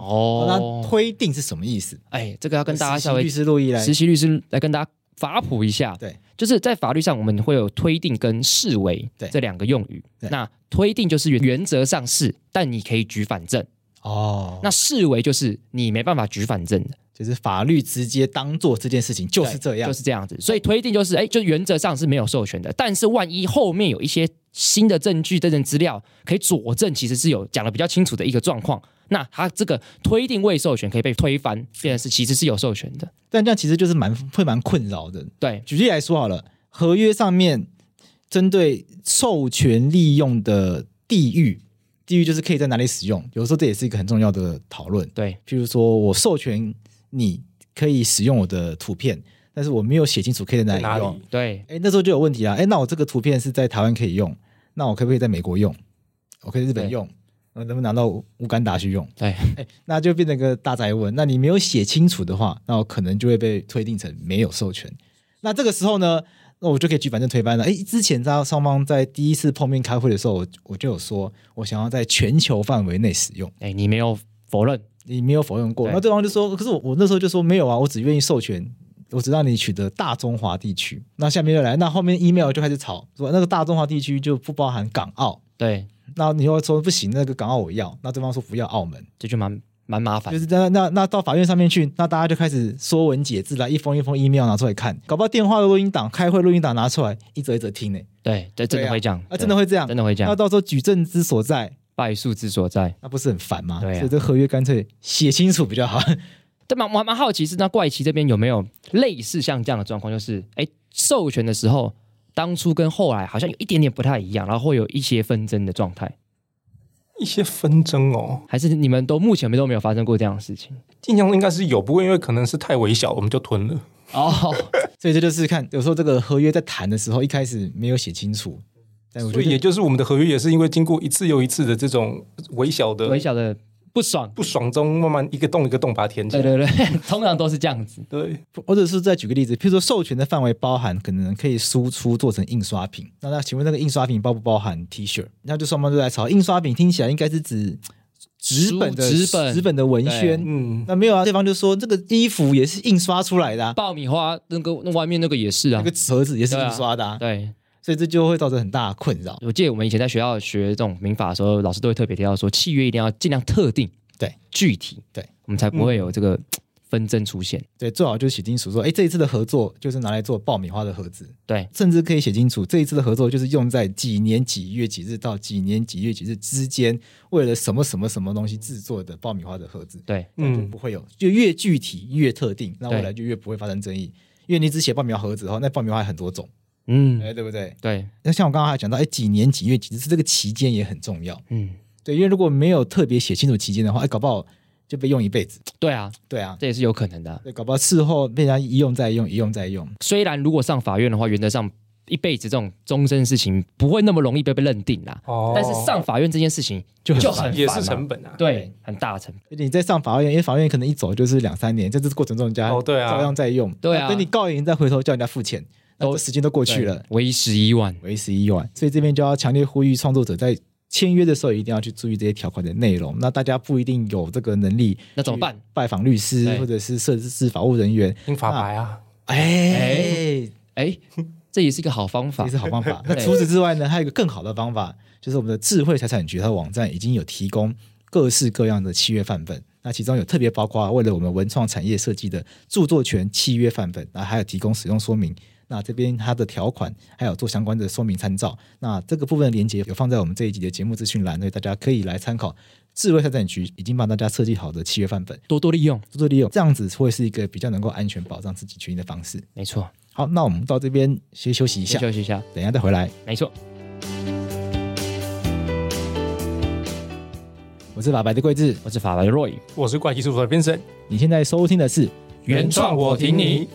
Speaker 2: 那
Speaker 3: 哦，
Speaker 2: 推定是什么意思？
Speaker 3: 哎，这个要跟大家
Speaker 2: 实习
Speaker 3: 稍微
Speaker 2: 律师洛伊来
Speaker 3: 实习律师来跟大家法普一下。
Speaker 2: 对，
Speaker 3: 就是在法律上，我们会有推定跟视为
Speaker 2: 对
Speaker 3: 这两个用语。
Speaker 2: 对
Speaker 3: 那推定就是原原则上是，但你可以举反证；
Speaker 2: 哦，
Speaker 3: 那视为就是你没办法举反证的，
Speaker 2: 就是法律直接当做这件事情就是这样
Speaker 3: 就。是这样子。所以推定就是，哎，就原则上是没有授权的，但是万一后面有一些新的证据、等等资料可以佐证，其实是有讲的比较清楚的一个状况。那他这个推定未授权可以被推翻，变成是其实是有授权的。
Speaker 2: 但这样其实就是蛮会蛮困扰的。
Speaker 3: 对，
Speaker 2: 举例来说好了，合约上面针对授权利用的地域，地域就是可以在哪里使用，有时候这也是一个很重要的讨论。
Speaker 3: 对，
Speaker 2: 譬如说我授权你可以使用我的图片，但是我没有写清楚可以在哪
Speaker 1: 在哪
Speaker 2: 里
Speaker 1: 里
Speaker 2: 用，
Speaker 3: 对，
Speaker 2: 哎，那时候就有问题啦。哎，那我这个图片是在台湾可以用，那我可不可以在美国用？我可以在日本
Speaker 3: 对
Speaker 2: 用，我能不能拿到乌干达去用？
Speaker 3: 对，
Speaker 2: 哎，那就变成个大宅问。那你没有写清楚的话，那我可能就会被推定成没有授权。那这个时候呢，那我就可以举反证推翻了。哎，之前在双方在第一次碰面开会的时候，我我就有说，我想要在全球范围内使用，
Speaker 3: 哎，你没有否认。
Speaker 2: 你没有否认过。
Speaker 3: 对
Speaker 2: 那对方就说，可是我我那时候就说没有啊，我只愿意授权。我只让你取得大中华地区，那下面就来，那后面 email 就开始吵，说那个大中华地区就不包含港澳，
Speaker 3: 对，
Speaker 2: 那你又说不行，那个港澳我要，那对方说不要澳门，
Speaker 3: 这就蛮蛮麻烦
Speaker 2: 就。是那那那到法院上面去，那大家就开始说文解字啦，一封一封 email 拿出来看，搞不好电话录音档、开会录音档拿出来一则一则听呢、
Speaker 3: 对，对，真的会这样
Speaker 2: 啊，真的会这样
Speaker 3: 真，的会这
Speaker 2: 那
Speaker 3: 样，
Speaker 2: 到时候举证之所在，
Speaker 3: 败诉之所在。
Speaker 2: 那不是很烦吗？
Speaker 3: 对啊
Speaker 2: 所以这合约干脆写清楚比较好。
Speaker 3: 但蛮我还蛮好奇是，那怪奇这边有没有类似像这样的状况，就是哎，授权的时候，当初跟后来好像有一点点不太一样，然后会有一些纷争的状态，
Speaker 1: 一些纷争哦，
Speaker 3: 还是你们都目前都没有发生过这样的事情？
Speaker 1: 印象中应该是有，不过因为可能是太微小，我们就吞了。
Speaker 3: 哦，
Speaker 2: 所以这就是看，有时候这个合约在谈的时候一开始没有写清楚，但我觉
Speaker 1: 所以也
Speaker 2: 得
Speaker 1: 就是我们的合约也是因为经过一次又一次的这种微小
Speaker 3: [LAUGHS] 微
Speaker 1: 的
Speaker 3: 小的不爽，
Speaker 1: 不爽中，慢慢一个洞一个洞把它填起
Speaker 3: [LAUGHS] 对
Speaker 1: 来。
Speaker 3: 对对，通常都是这样子。
Speaker 1: 对，
Speaker 2: 或者是再举个例子，譬如说授权的范围包含可能可以输出做成印刷品，那那请问那个印刷品包不包含 T 恤？那就双方都在吵，印刷品听起来应该是指纸本的
Speaker 3: 书纸本
Speaker 2: 纸本的文宣。
Speaker 1: 嗯，
Speaker 2: 那没有啊，对方就说这个衣服也是印刷出来的、啊，
Speaker 3: 爆米花那个那外面那个也是啊
Speaker 2: 那个，盒子也是印刷的、啊，
Speaker 3: 对。
Speaker 2: 所以这就会造成很大的困扰。
Speaker 3: 我记得我们以前在学校学这种民法的时候，老师都会特别提到说，契约一定要尽量特定、
Speaker 2: 对
Speaker 3: 具体，
Speaker 2: 对
Speaker 3: 我们才不会有这个嘖纷争出现。
Speaker 2: 对，最好就写清楚说，哎，这一次的合作就是拿来做爆米花的盒子，
Speaker 3: 对，
Speaker 2: 甚至可以写清楚这一次的合作就是用在几年几月几日到几年几月几日之间，为了什么什么什么东西制作的爆米花的盒子，
Speaker 3: 对，
Speaker 2: 嗯，就
Speaker 1: 嗯
Speaker 2: 不会有，就越具体越特定，那
Speaker 3: 对
Speaker 2: 未来就越不会发生争议。因为你只写爆米花盒子的话，那爆米花有很多种，
Speaker 3: 嗯，
Speaker 2: 哎，对不对？
Speaker 3: 对，
Speaker 2: 那像我刚刚还讲到，哎，几年几月几日，这个期间也很重要。
Speaker 3: 嗯，
Speaker 2: 对，因为如果没有特别写清楚期间的话，哎，搞不好就被用一辈子。
Speaker 3: 对啊，
Speaker 2: 对啊，
Speaker 3: 这也是有可能的啊。
Speaker 2: 对，搞不好事后被人家一用再用，一用再用。
Speaker 3: 虽然如果上法院的话，原则上一辈子这种终身事情不会那么容易被被认定啦，
Speaker 1: 哦
Speaker 3: 但是上法院这件事情就
Speaker 2: 就
Speaker 3: 就
Speaker 2: 很
Speaker 3: 很
Speaker 1: 也
Speaker 3: 烦
Speaker 1: 是
Speaker 3: 嘛
Speaker 1: 成本啊，
Speaker 3: 对很大的成本。
Speaker 2: 你在上法院，因为法院可能一走就是两三年，在这过程中人家
Speaker 1: 哦对啊
Speaker 2: 照样在用，
Speaker 3: 对啊
Speaker 2: 等你告赢再回头叫人家付钱，那
Speaker 3: 都
Speaker 2: 这时间都过去了
Speaker 3: 对，，为时已晚。
Speaker 2: 为时已晚。所以这边就要强烈呼吁创作者在签约的时候一定要去注意这些条款的内容。那大家不一定有这个能力，
Speaker 3: 那怎么办？
Speaker 2: 拜访律师
Speaker 3: 对
Speaker 2: 或者是设置是法务人员，
Speaker 1: 听法白啊，
Speaker 2: 哎，
Speaker 3: 哎，这也是一个好方法
Speaker 2: 这。是好方 [LAUGHS] 法。那
Speaker 3: 对
Speaker 2: 除此之外呢，还有一个更好的方法，就是我们的智慧财产局它的网站已经有提供各式各样的契约范本。那其中有特别包括为了我们文创产业设计的著作权契约范本，那还有提供使用说明。那这边它的条款还有做相关的说明参照。那这个部分的连接有放在我们这一集的节目资讯栏，所以大家可以来参考。智慧财产局已经帮大家设计好的契约范本，
Speaker 3: 多多利用，
Speaker 2: 多多利用，这样子会是一个比较能够安全保障自己权益的方式。
Speaker 3: 没错。
Speaker 2: 好，那我们到这边先休息一
Speaker 3: 先
Speaker 2: 下，
Speaker 3: 休息一下，
Speaker 2: 等一下再回来。
Speaker 3: 没错。
Speaker 2: 我是法白的桂智，
Speaker 3: 我是法白 Roy，
Speaker 1: 我是怪奇事务所的 Vincent，
Speaker 2: 你现在收听的是，
Speaker 1: 原创我挺你。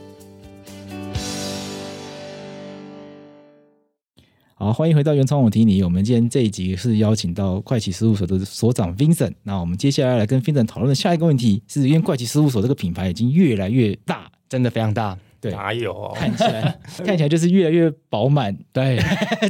Speaker 2: 好，欢迎回到原创我提你。我们今天这一集是邀请到怪奇事务所的所长 Vincent。那我们接下来来跟 Vincent 讨论的下一个问题，是因为怪奇事务所这个品牌已经越来越大，
Speaker 3: 真的非常大。
Speaker 2: 对
Speaker 1: 哪有？
Speaker 2: 看起
Speaker 3: [LAUGHS]
Speaker 2: 来看起来就是越来越饱满，
Speaker 3: 对，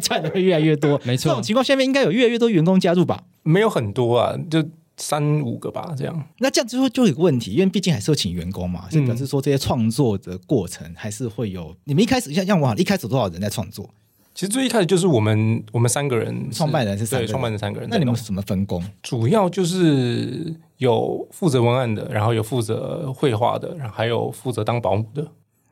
Speaker 2: 赚的会越来越多。
Speaker 3: 没
Speaker 2: 这
Speaker 3: 错
Speaker 2: 种。情况下面应该有越来越多员工加入吧？
Speaker 1: 没有很多啊，就三五个吧，这样。
Speaker 2: 那这样之后就有个问题，因为毕竟还是有请员工
Speaker 3: 嗯
Speaker 2: 嘛，所以表示说这些创作的过程还是会有。你们一开始像像我好了一开始有多少人在创作？
Speaker 1: 其实最一开始就是我们我们三个人是
Speaker 2: 创办人是三个
Speaker 1: 对
Speaker 2: 人
Speaker 1: 创办人三个人在
Speaker 2: 那
Speaker 1: 弄，
Speaker 2: 你们怎么分工？
Speaker 1: 主要就是有负责文案的，然后有负责绘画的，然后还有负责当保姆的。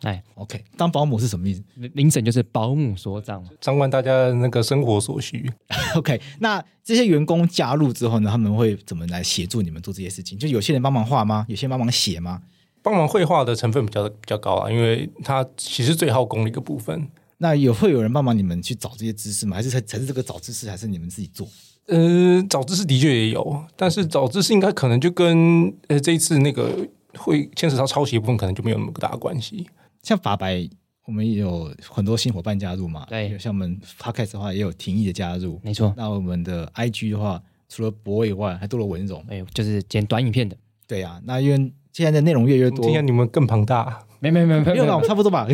Speaker 3: 哎，
Speaker 2: OK，当保姆是什么意思
Speaker 3: 林晨就是保姆所长嘛。
Speaker 1: 相关大家那个生活所需，
Speaker 2: ？OK，那这些员工加入之后呢，他们会怎么来协助你们做这些事情？就有些人帮忙画吗？有些人帮忙写吗？
Speaker 1: 帮忙绘画的成分比较比较高啊，因为它其实最耗工的一个部分。
Speaker 2: 那有会有人帮忙你们去找这些知识吗？还是才才是这个找知识，还是你们自己做？
Speaker 1: 呃，早知识的确也有，但是早知识应该可能就跟呃这一次那个会牵扯到抄袭的部分，可能就没有那么大的关系。
Speaker 2: 像法白，我们也有很多新伙伴加入嘛，
Speaker 3: 对
Speaker 2: 有像我们 Podcast 的话，也有廷义的加入。
Speaker 3: 没错。
Speaker 2: 那我们的 IG 的话，除了博以外，还多了文荣。
Speaker 3: 哎，就是剪短影片的。
Speaker 2: 对呀、那因为现在的内容越来越多
Speaker 1: 听，下你们更庞
Speaker 2: [LAUGHS]
Speaker 1: 大，
Speaker 3: 没没没没
Speaker 2: 没有
Speaker 1: [LAUGHS]
Speaker 2: 吧？我们差不多吧。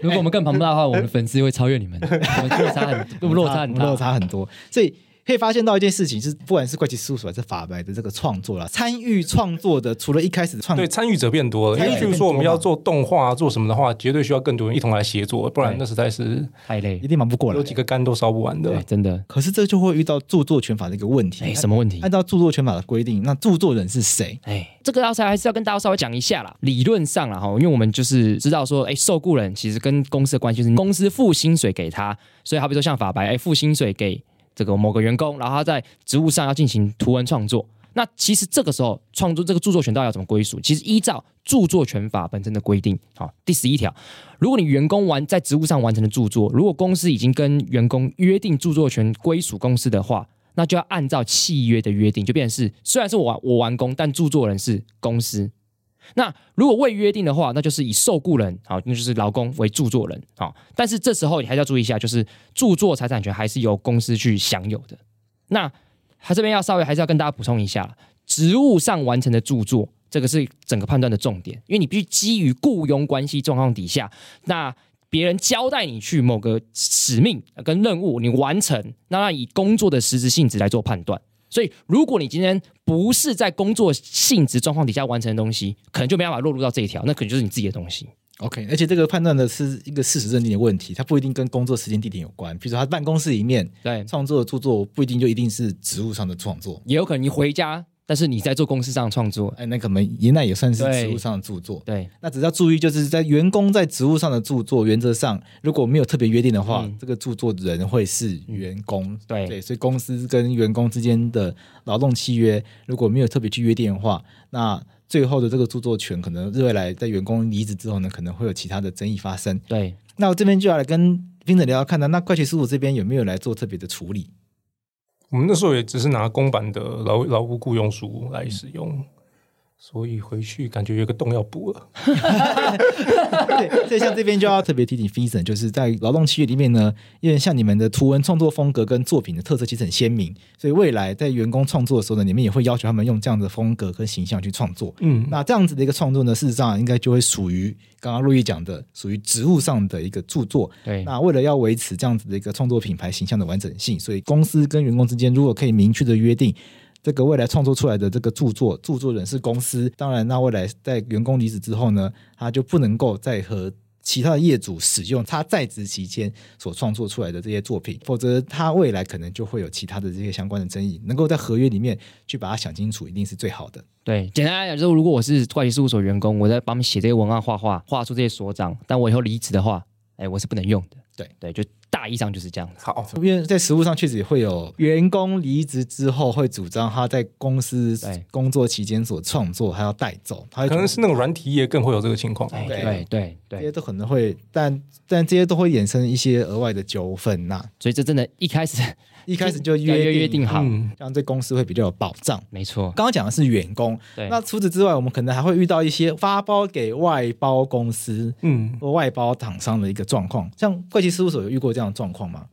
Speaker 3: 如果我们更庞大的话，我们的粉丝会超越你 [LAUGHS] 们，我们落差很落差很
Speaker 2: 我们落
Speaker 3: 大。
Speaker 2: 差很多，所以可以发现到一件事情，就是不管是怪奇事务所还是法白的这个创作啦，参与创作的，除了一开始的创
Speaker 1: 对参与者变多了。因
Speaker 2: 参与
Speaker 1: 为
Speaker 2: 者
Speaker 1: 譬如说我们
Speaker 2: 变多嘛
Speaker 1: 要做动画、啊做什么的话，绝对需要更多人一同来协作，不然
Speaker 3: 对
Speaker 1: 那实在是
Speaker 3: 太累
Speaker 2: 一，定忙不过
Speaker 1: 有
Speaker 2: 来。
Speaker 1: 几个肝都烧不完
Speaker 3: 对，
Speaker 1: 的。
Speaker 3: 真的。
Speaker 2: 可是这就会遇到著作权法的一个问题。
Speaker 3: 哎，什么问题
Speaker 2: 按？照著作权法的规定，那著作人是谁？
Speaker 3: 哎，这个要是还是要跟大家稍微讲一下啦。理论上啦，哈，因为我们就是知道说，哎，受雇人其实跟公司的关系是公司付薪水给他，所以好比说像法白，哎，付薪水给这个某个员工，然后他在职务上要进行图文创作。那其实这个时候，创作这个著作权到底要怎么归属？其实依照著作权法本身的规定，好，第十一条，如果你员工完在职务上完成的著作，如果公司已经跟员工约定著作权归属公司的话，那就要按照契约的约定，就变成是虽然是我我完工，但著作人是公司。那如果未约定的话，那就是以受雇人好，那就是劳工为著作人好。但是这时候你还是要注意一下，就是著作财产权还是由公司去享有的。那他这边要稍微还是要跟大家补充一下，职务上完成的著作，这个是整个判断的重点，因为你必须基于雇佣关系状况底下，那别人交代你去某个使命跟任务，你完成，那让以工作的实质性质来做判断。所以，如果你今天不是在工作性质状况底下完成的东西，可能就没办法落入到这一条，那可能就是你自己的东西。
Speaker 2: OK，而且这个判断的是一个事实认定的问题，它不一定跟工作时间地点有关。比如说，他办公室里面
Speaker 3: 对，
Speaker 2: 创作的著作，不一定就一定是职务上的创作。
Speaker 3: 也有可能你回家，但是你在做公司上的创作。
Speaker 2: 哎，那可能也那也算是
Speaker 3: 对
Speaker 2: 职务上的著作。
Speaker 3: 对，
Speaker 2: 那只要注意，就是在员工在职务上的著作，原则上如果没有特别约定的话，
Speaker 3: 嗯
Speaker 2: 这个著作人会是员工。
Speaker 3: 对
Speaker 2: 对，所以公司跟员工之间的劳动契约，如果没有特别去约定的话，那最后的这个著作权，可能未来在员工离职之后呢，可能会有其他的争议发生。
Speaker 3: 对，
Speaker 2: 那我这边就要来跟冰子聊聊看呢，那怪奇事务这边有没有来做特别的处理？
Speaker 1: 我们那时候也只是拿公版的劳劳务雇佣书来使用，所以回去感觉有个洞要补了。
Speaker 2: 对，所以像这边就要特别提醒 Vincent，就是在劳动契约里面呢，因为像你们的图文创作风格跟作品的特色其实很鲜明，所以未来在员工创作的时候呢，你们也会要求他们用这样的风格跟形象去创作。
Speaker 1: 嗯，
Speaker 2: 那这样子的一个创作呢，事实上应该就会属于刚刚陆毅讲的，属于职务上的一个著作。
Speaker 3: 对，
Speaker 2: 那为了要维持这样子的一个创作品牌形象的完整性，所以公司跟员工之间如果可以明确的约定，这个未来创作出来的这个著作，著作人是公司，当然，那未来在员工离职之后呢，他就不能够再和。其他的业主使用他在职期间所创作出来的这些作品，否则他未来可能就会有其他的这些相关的争议。能够在合约里面去把它想清楚，一定是最好的。
Speaker 3: 对。简单来讲，就是如果我是会计事务所员工，我在帮他们写这些文案、画画，画出这些所长，但我以后离职的话，哎，我是不能用的。
Speaker 2: 对
Speaker 3: 对，就大意上就是这样子。
Speaker 1: 好，
Speaker 2: 因为在实务上确实也会有员工离职之后会主张他在公司
Speaker 3: 对
Speaker 2: 工作期间所创作，他要带走，他会
Speaker 1: 可
Speaker 2: 觉得
Speaker 1: 能是那个软体业更会有这个情况。
Speaker 3: 哎
Speaker 2: 对
Speaker 3: 对对
Speaker 2: 这
Speaker 3: 对
Speaker 2: 些，都可能会，但但这些都会衍生一些额外的纠纷呐、
Speaker 3: 所以这真的一开始
Speaker 2: 一开始就
Speaker 3: 要
Speaker 2: 约
Speaker 3: 约约定，好，
Speaker 1: 嗯，
Speaker 2: 这样对公司会比较有保障。
Speaker 3: 没错。
Speaker 2: 刚刚讲的是员工，
Speaker 3: 对，
Speaker 2: 那除此之外，我们可能还会遇到一些发包给外包公司
Speaker 1: 嗯，
Speaker 2: 或外包厂商的一个状况。像会计事务所有遇过这样的状况吗？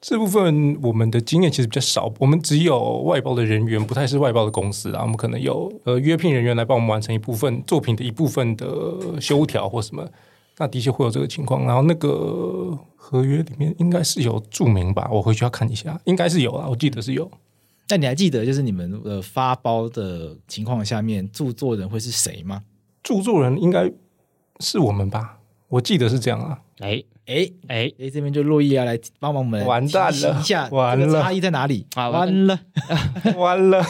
Speaker 1: 这部分我们的经验其实比较少，我们只有外包的人员，不太是外包的公司啊。我们可能有呃约聘人员来帮我们完成一部分作品的一部分的修条或什么，那的确会有这个情况。然后那个合约里面应该是有注明吧，我回去要看一下，应该是有啊，我记得是有。
Speaker 2: 那你还记得就是你们呃发包的情况下面，著作人会是谁吗？
Speaker 1: 著作人应该是我们吧，我记得是这样啊。
Speaker 3: 哎
Speaker 2: 哎
Speaker 3: 哎，
Speaker 2: 哎，这边就洛伊要来帮忙我们
Speaker 1: 完蛋了
Speaker 2: 提醒一下
Speaker 1: 完
Speaker 2: 这个
Speaker 1: 了
Speaker 2: 差异在哪里？
Speaker 3: 啊
Speaker 1: [LAUGHS]
Speaker 2: 完了，
Speaker 1: 完 [LAUGHS] 了，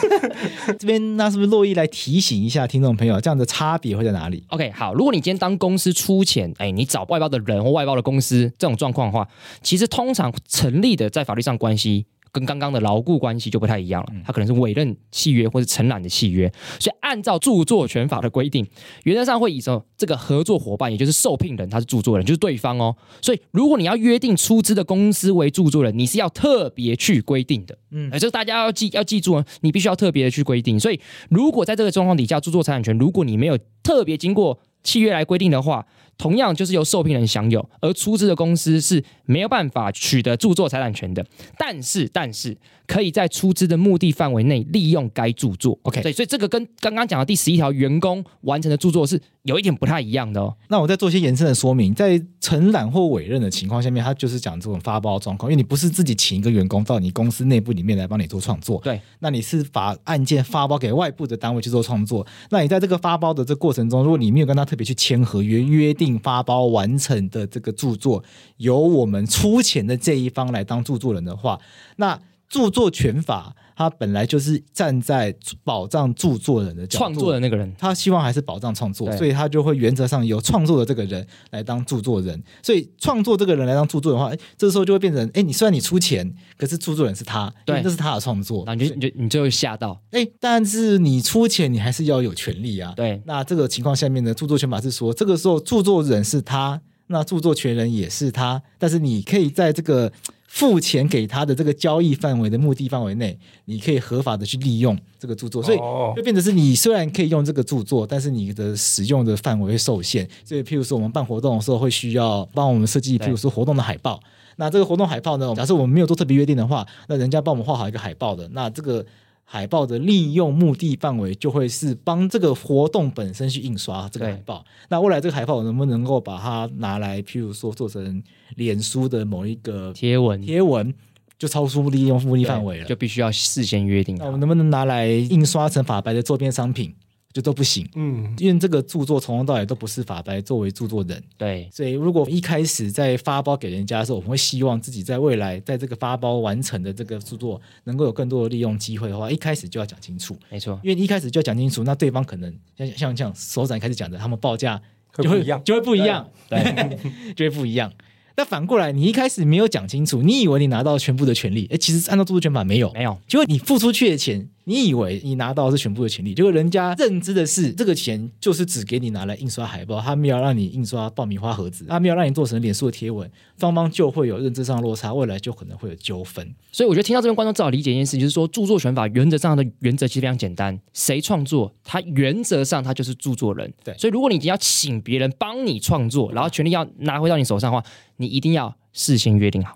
Speaker 2: 这边那是不是洛伊来提醒一下听众朋友，这样的差别会在哪里？
Speaker 3: OK，好，如果你今天当公司出钱，哎，你找外包的人或外包的公司这种状况的话，其实通常成立的在法律上关系跟刚刚的牢固关系就不太一样
Speaker 2: 嗯
Speaker 3: 了，它可能是委任契约或是承揽的契约，所以按照著作权法的规定，原则上会以什么这个合作伙伴，也就是受聘人，他是著作人，就是对方哦，所以如果你要约定出资的公司为著作人，你是要特别去规定的，
Speaker 2: 嗯
Speaker 3: 嗯，这个大家要记要记住啊，你必须要特别的去规定，所以如果在这个状况底下，著作财产权如果你没有特别经过契约来规定的话，同样就是由受聘人享有，而出资的公司是没有办法取得著作财产权的。但是，但是可以在出资的目的范围内利用该著作。
Speaker 2: OK
Speaker 3: 对，所以这个跟刚刚讲的第十一条员工完成的著作是有一点不太一样的哦。
Speaker 2: 那我再做一些延伸的说明，在承揽或委任的情况下面，他就是讲这种发包状况，因为你不是自己请一个员工到你公司内部里面来帮你做创作，
Speaker 3: 对，
Speaker 2: 那你是把案件发包给外部的单位去做创作，那你在这个发包的这过程中，如果你没有跟他特别去签合约，约定发包完成的这个著作由我们出钱的这一方来当著作人的话，那著作权法它本来就是站在保障著作人的角度
Speaker 3: 创作的那个人，
Speaker 2: 他希望还是保障创作，
Speaker 3: 对
Speaker 2: 所以他就会原则上由创作的这个人来当著作人。所以创作这个人来当著作人的话，哎，这时候就会变成，哎，你虽然你出钱，可是著作人是他，因
Speaker 3: 对
Speaker 2: 为这是他的创作
Speaker 3: 然后。你就你就你就会吓到，
Speaker 2: 哎，但是你出钱，你还是要有权利啊。
Speaker 3: 对
Speaker 2: 那这个情况下面呢，著作权法是说，这个时候著作人是他，那著作权人也是他，但是你可以在这个付钱给他的这个交易范围的目的范围内，你可以合法的去利用这个著作，所以
Speaker 1: 哦
Speaker 2: 就变成是你虽然可以用这个著作，但是你的使用的范围会受限。所以，譬如说我们办活动的时候，会需要帮我们设计，
Speaker 3: 对
Speaker 2: 譬如说活动的海报。那这个活动海报呢，假设我们没有做特别约定的话，那人家帮我们画好一个海报的，那这个海报的利用目的范围就会是帮这个活动本身去印刷这个
Speaker 3: 对
Speaker 2: 海报。那未来这个海报能不能够把它拿来，譬如说做成脸书的某一个
Speaker 3: 贴文
Speaker 2: 贴文，就超出利用复利范围了
Speaker 3: 就。必须要事先约定
Speaker 2: 那我。
Speaker 3: 好
Speaker 2: 们能不能拿来印刷成法白的周边商品，就都不行。
Speaker 1: 嗯，
Speaker 2: 因为这个著作从头到尾都不是法白作为著作人，
Speaker 3: 对，
Speaker 2: 所以如果一开始在发包给人家的时候，我们会希望自己在未来在这个发包完成的这个著作能够有更多的利用机会的话，一开始就要讲清楚，
Speaker 3: 没错，
Speaker 2: 因为你一开始就要讲清楚，那对方可能像像像首展开始讲的，他们报价
Speaker 1: 会
Speaker 2: 就
Speaker 1: 不
Speaker 2: 会
Speaker 1: 一样。
Speaker 2: 就会不一样，
Speaker 3: 对，
Speaker 2: [LAUGHS] 就会不一样。那反过来，你一开始没有讲清楚，你以为你拿到全部的权利，哎，其实按照著作权法没有，
Speaker 3: 没有，
Speaker 2: 结果你付出去的钱，你以为你拿到的是全部的权利，结果人家认知的是这个钱就是只给你拿来印刷海报，他没有让你印刷爆米花盒子，他没有让你做成脸书的贴文，双方就会有认知上的落差，未来就可能会有纠纷。
Speaker 3: 所以我觉得听到这边观众至少理解一件事，就是说著作权法原则上它的原则其实非常简单，谁创作，它原则上它就是著作人。
Speaker 2: 对
Speaker 3: 所以如果你已经要请别人帮你创作，然后权利要拿回到你手上的话，你一定要事先约定好。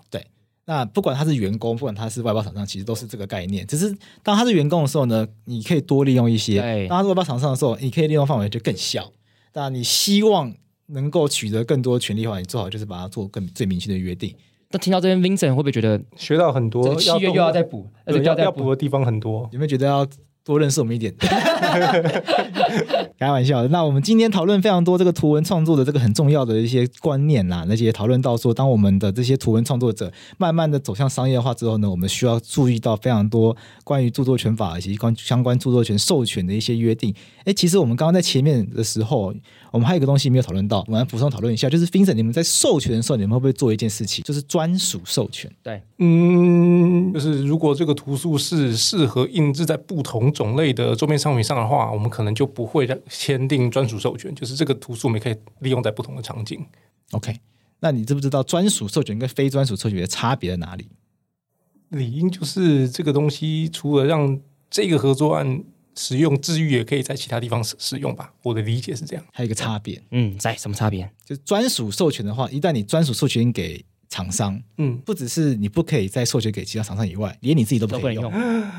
Speaker 2: 那不管他是员工，不管他是外包厂商，其实都是这个概念。只是当他是员工的时候呢，你可以多利用一些；
Speaker 3: 对
Speaker 2: 当他是外包厂商的时候，你可以利用范围就更小。那你希望能够取得更多权利的话，你最好就是把它做更最明确的约定。
Speaker 3: 但听到这边，Vincent 会不会觉得
Speaker 1: 学到很
Speaker 3: 这
Speaker 1: 多，
Speaker 3: 个契约
Speaker 1: 动
Speaker 3: 又要再补，
Speaker 1: 对
Speaker 3: 又
Speaker 1: 要
Speaker 3: 再
Speaker 1: 要补的地方很多。
Speaker 2: 有没有觉得要多认识我们一点？ [LAUGHS] 开玩笑的。那我们今天讨论非常多这个图文创作的这个很重要的一些观念啦，那些讨论到说，当我们的这些图文创作者慢慢的走向商业化之后呢，我们需要注意到非常多关于著作权法以及关相关著作权授权的一些约定。哎，其实我们刚刚在前面的时候，我们还有一个东西没有讨论到，我们来补充讨论一下，就是 Vincent，你们在授权的时候，你们会不会做一件事情，就是专属授权？
Speaker 3: 对
Speaker 1: 嗯，就是如果这个图书是适合印制在不同种类的周边商品上的话，我们可能就不会签订专属授权，就是这个图书我们可以利用在不同的场景。
Speaker 2: OK，那你知不知道专属授权跟非专属授权的差别在哪里？
Speaker 1: 理应就是这个东西，除了让这个合作案使用之余，也可以在其他地方使使用吧。我的理解是这样。
Speaker 2: 还有一个差别，
Speaker 3: 嗯，在什么差别？
Speaker 2: 就是专属授权的话，一旦你专属授权给厂商，
Speaker 1: 嗯，
Speaker 2: 不只是你不可以再授权给其他厂商以外，连你自己都不
Speaker 3: 都不
Speaker 2: 可
Speaker 3: 能
Speaker 2: 以用。
Speaker 3: 用。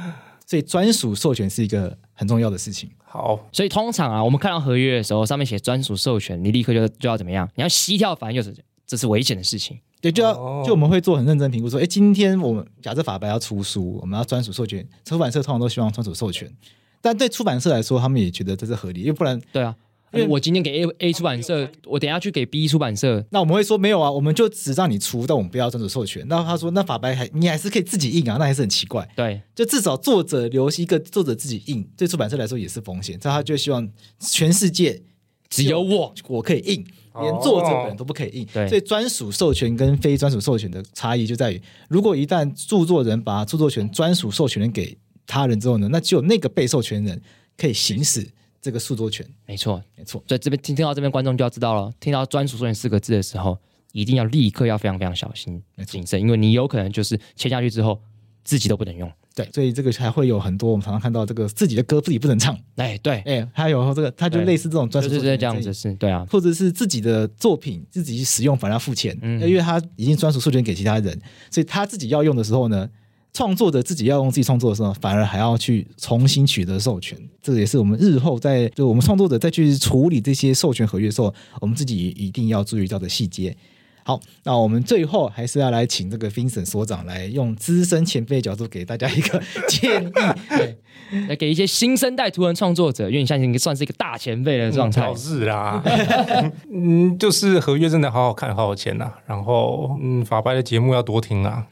Speaker 2: 所以专属授权是一个很重要的事情。
Speaker 1: 好，
Speaker 3: 所以通常啊，我们看到合约的时候，上面写专属授权，你立刻就就要怎么样？你要膝跳反应，就是这是危险的事情。
Speaker 2: 对，就要、
Speaker 1: 哦
Speaker 2: 就我们会做很认真评估，说，哎，今天我们假设法白要出书，我们要专属授权，出版社通常都希望专属授权，但对出版社来说，他们也觉得这是合理，因为不然，
Speaker 3: 对啊，我今天给 A A 出版社，我等一下去给 B 出版社，
Speaker 2: 那我们会说没有啊，我们就只让你出，但我们不要专属授权。那他说，那法白还你还是可以自己印啊，那还是很奇怪。
Speaker 3: 对，
Speaker 2: 就至少作者留一个作者自己印，对出版社来说也是风险。所以他就希望全世界
Speaker 3: 只有我。
Speaker 2: 我可以印，
Speaker 1: 哦
Speaker 2: 连作者本人都不可以印。
Speaker 3: 对
Speaker 2: 所以专属授权跟非专属授权的差异就在于，如果一旦著作人把著作权专属授权人给他人之后呢，那只有那个被授权人可以行使这个诉作权。
Speaker 3: 没错，
Speaker 2: 没错，
Speaker 3: 所以这边听听到这边观众就要知道了，听到专属授权四个字的时候，一定要立刻要非常非常小心
Speaker 2: 没错
Speaker 3: 谨慎，因为你有可能就是签下去之后自己都不能用。
Speaker 2: 对，所以这个才会有很多我们常常看到这个自己的歌自己不能唱，
Speaker 3: 哎，对，
Speaker 2: 哎，还有这个，他就类似这种
Speaker 3: 就
Speaker 2: 专属
Speaker 3: 是
Speaker 2: 授
Speaker 3: 这
Speaker 2: 权
Speaker 3: 样子，是，对啊，
Speaker 2: 或者是自己的作品自己使用反而要付钱，
Speaker 3: 嗯
Speaker 2: 因为他已经专属授权给其他人，所以他自己要用的时候呢，创作者自己要用自己创作的时候，反而还要去重新取得授权。这也是我们日后在就我们创作者再去处理这些授权合约的时候，我们自己一定要注意到的细节。好，那我们最后还是要来请这个 Vincent 所长来用资深前辈的角度给大家一个 [LAUGHS] 建议。
Speaker 3: 来给一些新生代图文创作者，因为你现在已经算是一个大前辈的状态
Speaker 1: 早，日嗯啦。嗯，就是合约真的好好看，好好签呐、然后，嗯，法白的节目要多听
Speaker 3: [LAUGHS]
Speaker 1: 啊。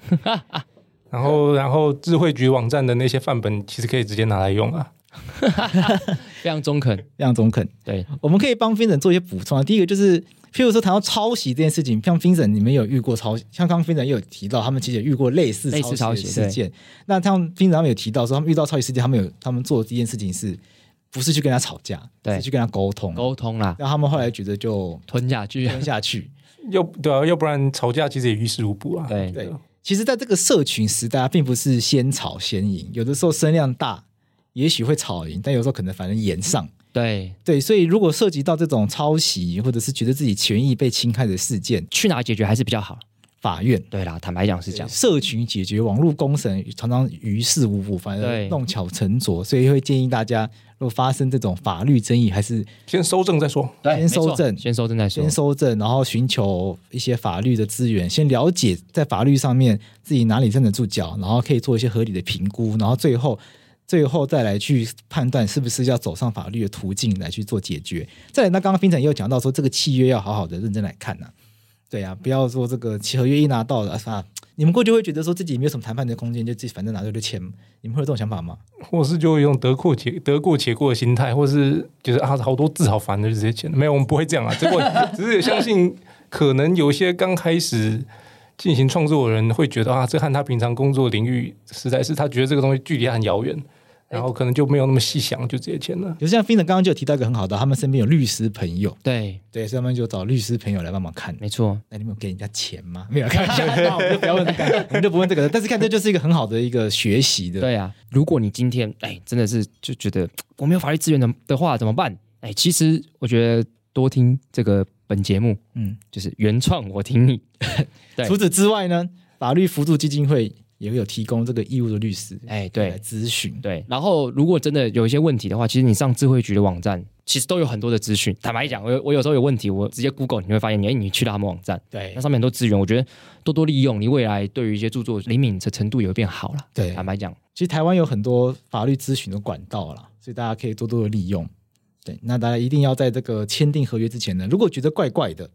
Speaker 1: 然后，然后智慧局网站的那些范本，其实可以直接拿来用啊。
Speaker 3: 非常中肯。
Speaker 2: 让总肯，
Speaker 3: 对，
Speaker 2: 我们可以帮 Vincent 做一些补充啊。第一个就是，譬如说谈到抄袭这件事情，像 Vincent 你们有遇过抄袭，像刚刚 Vincent 也有提到，他们其实也遇过类似
Speaker 3: 类似
Speaker 2: 抄
Speaker 3: 抄
Speaker 2: 袭
Speaker 3: 袭
Speaker 2: 的事件。那像 Vincent 他们有提到说，他们遇到抄袭事件，他们有他们做的第一件事情是。不是去跟他吵架，
Speaker 3: 对
Speaker 2: 是去跟他沟通。
Speaker 3: 沟通啦，
Speaker 2: 然后他们后来觉得就
Speaker 3: 吞下去。
Speaker 2: 吞下去。
Speaker 1: 要对啊，要不然吵架其实也于事无补啊。
Speaker 3: 对
Speaker 2: 对，其实在这个社群时代，并不是先吵先赢，有的时候声量大，也许会吵赢，但有时候可能反正言上。
Speaker 3: 对，
Speaker 2: 对，所以如果涉及到这种抄袭或者是觉得自己权益被侵害的事件，
Speaker 3: 去哪解决还是比较好。
Speaker 2: 法院。
Speaker 3: 对啦，坦白讲是这样。
Speaker 2: 社群解决网络工程常常于事无补，反而
Speaker 3: 对
Speaker 2: 弄巧成拙，所以会建议大家，如果发生这种法律争议，还是
Speaker 1: 先收正再说。
Speaker 3: 对，
Speaker 2: 先
Speaker 3: 没错
Speaker 2: 收证
Speaker 3: 先收证再说
Speaker 2: 先。收证，然后寻求一些法律的资源，先了解在法律上面自己哪里站得住脚，然后可以做一些合理的评估，然后最后最后再来去判断是不是要走上法律的途径来去做解决。再来，那刚刚冰城也有讲到说，这个契约要好好的认真来看呐、对啊，不要说这个合约一拿到了啊，你们过去会觉得说自己没有什么谈判的空间，就自己反正拿着就签，你们会有这种想法吗？
Speaker 1: 或是就会用得过且得过且过的心态，或是就是啊，好多字好烦的，就直接签了。没有，我们不会这样啊。 [LAUGHS] 结果只是相信，可能有些刚开始进行创作的人会觉得啊，这和他平常工作领域实在是他觉得这个东西距离他很遥
Speaker 2: 哎
Speaker 1: 远，然后可能就没有那么细想，就直接签了。
Speaker 2: 就像冰城刚刚就有提到一个很好的，他们身边有律师朋友，
Speaker 3: 对，
Speaker 2: 对，所以他们就找律师朋友来帮忙看。
Speaker 3: 没错。
Speaker 2: 哎那你们有给人家钱吗？ [LAUGHS] 没有，开玩笑，那我们就不要问这 [LAUGHS] 个，我们就不问这个了。但是看，这就是一个很好的一个学习的。
Speaker 3: 对啊，如果你今天哎真的是就觉得我没有法律资源的的话怎么办？哎，其实我觉得多听这个本节目
Speaker 2: 嗯，
Speaker 3: 就是原创，我听你。对
Speaker 2: 除此之外呢，法律辅助基金会也有提供这个义务的律师
Speaker 3: 哎，
Speaker 2: 来
Speaker 3: 对
Speaker 2: 咨询。
Speaker 3: 对。然后如果真的有一些问题的话，其实你上智慧局的网站，其实都有很多的资讯。坦白讲，我有我有时候有问题，我直接 Google，你会发现，哎，你去到他们网站，
Speaker 2: 对
Speaker 3: 那上面很多资源，我觉得多多利用，你未来对于一些著作灵敏的程度也会变好了。
Speaker 2: 对
Speaker 3: 坦白讲，
Speaker 2: 其实台湾有很多法律咨询的管道啦，所以大家可以多多的利用。对，那大家一定要在这个签订合约之前呢，如果觉得怪怪的，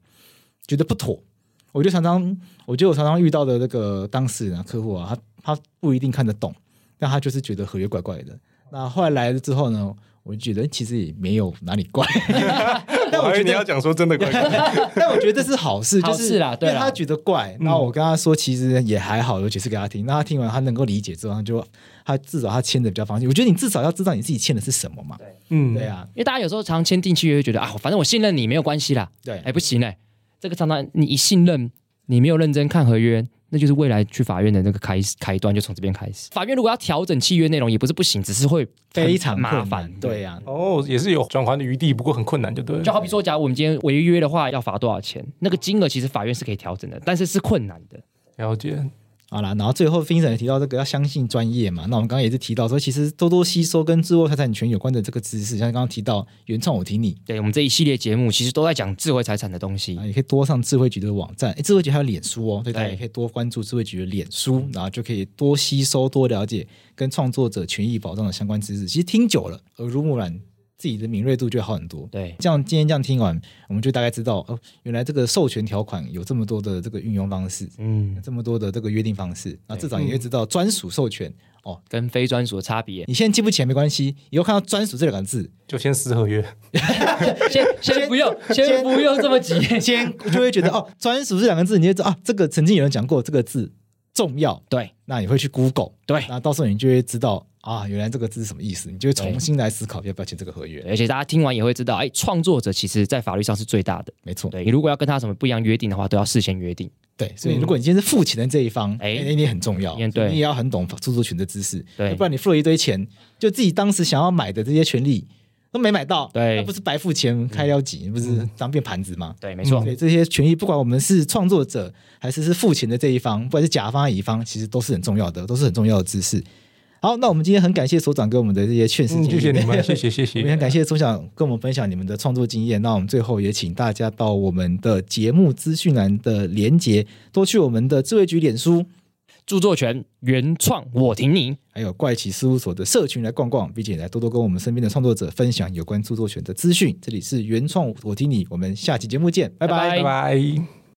Speaker 2: 觉得不妥，我就常常，我觉得我常常遇到的那个当事人啊、客户啊，他他不一定看得懂，但他就是觉得合约怪怪的。那后来来了之后呢，我就觉得其实也没有哪里怪， [LAUGHS] 但我
Speaker 1: 还以
Speaker 2: 觉
Speaker 1: 为你要
Speaker 2: 得，
Speaker 1: 讲说真的怪怪的，
Speaker 2: [LAUGHS] 但我觉得这是好事，就
Speaker 3: 好
Speaker 2: 是
Speaker 3: 事啦对啦嗯
Speaker 2: 因为他觉得怪，那我跟他说其实也还好，我解释给他听，那他听完他能够理解之后，他就他至少他签的比较放心。我觉得你至少要知道你自己签的是什么嘛，
Speaker 1: [LAUGHS] 嗯，
Speaker 2: 对，啊，
Speaker 3: 因为大家有时候常签订契约，会觉得啊，反正我信任你没有关系啦。
Speaker 2: 对
Speaker 3: 哎，不行哎、这个常常你一信任，你没有认真看合约，那就是未来去法院的那个开开端，就从这边开始。法院如果要调整契约内容，也不是不行，只是会
Speaker 2: 非常
Speaker 3: 很麻
Speaker 2: 困
Speaker 3: 烦
Speaker 2: 难，。对啊呀、
Speaker 1: 哦，也是有转圜的余地，不过很困难，就对了。
Speaker 3: 就好比说，假如我们今天违约的话，要罚多少钱？那个金额其实法院是可以调整的，但是是困难的。
Speaker 1: 了解，
Speaker 2: 好啦，然后最后 Vincent 也提到这个要相信专业嘛，那我们刚刚也是提到说，其实多多吸收跟智慧财产权有关的这个知识，像刚刚提到原创我听你，
Speaker 3: 对我们这一系列节目，其实都在讲智慧财产的东西
Speaker 2: 啊，。也可以多上智慧局的网站，诶智慧局还有脸书哦，所以大家
Speaker 3: 对
Speaker 2: 也可以多关注智慧局的脸书，然后就可以多吸收、多了解跟创作者权益保障的相关知识。其实听久了，耳濡目染，自己的敏锐度就会好很多。
Speaker 3: 对，
Speaker 2: 这样今天这样听完，我们就大概知道哦，原来这个授权条款有这么多的这个运用方式，
Speaker 3: 嗯，
Speaker 2: 这么多的这个约定方式，那至少也会知道专属授权哦。
Speaker 3: 跟非专属的差别，
Speaker 2: 你现在记不起来没关系，以后看到专属这两个字，
Speaker 1: 就先撕合约。
Speaker 3: 先先不用，先不用这么急。
Speaker 2: 先就会觉得哦，专属这两个字，你就知道啊，这个曾经有人讲过这个字重要，
Speaker 3: 对
Speaker 2: 那你会去 Google，
Speaker 3: 对，
Speaker 2: 那到时候你就会知道啊，原来这个字是什么意思，你就会重新来思考要不要签这个合约。
Speaker 3: 而且大家听完也会知道，哎，创作者其实在法律上是最大的。
Speaker 2: 没错，
Speaker 3: 对你如果要跟他什么不一样约定的话，都要事先约定。
Speaker 2: 对，所以如果你今天是付钱的这一方，哎、
Speaker 3: 嗯哎
Speaker 2: 你也很重要，
Speaker 3: 对
Speaker 2: 所以你也要很懂著作权的知识，
Speaker 3: 对
Speaker 2: 要不然你付了一堆钱，就自己当时想要买的这些权利都没买到，
Speaker 3: 对
Speaker 2: 那不是白付钱开了几，不是当变盘子吗？嗯
Speaker 3: 对，没错
Speaker 2: 所，以这些权益，不管我们是创作者还是是付钱的这一方，不管是甲方还是乙方，其实都是很重要的，都是很重要的知识。好，那我们今天很感谢所长给我们的这些劝世
Speaker 1: 嗯，
Speaker 2: 建议、
Speaker 1: 谢谢你们，谢谢，谢
Speaker 2: 我们也
Speaker 1: 谢
Speaker 2: 很。感谢钟想跟我们分享你们的创作经验。那我们最后也请大家到我们的节目资讯栏的连接，多去我们的智慧局脸书，
Speaker 3: 著作权原创我挺你。
Speaker 2: 还有怪奇事务所的社群来逛逛，并且来多多跟我们身边的创作者分 [LAUGHS] 享有关著作权的资讯。这里是原创，我听你，我们下期节目见，拜拜
Speaker 3: 拜
Speaker 1: 拜拜。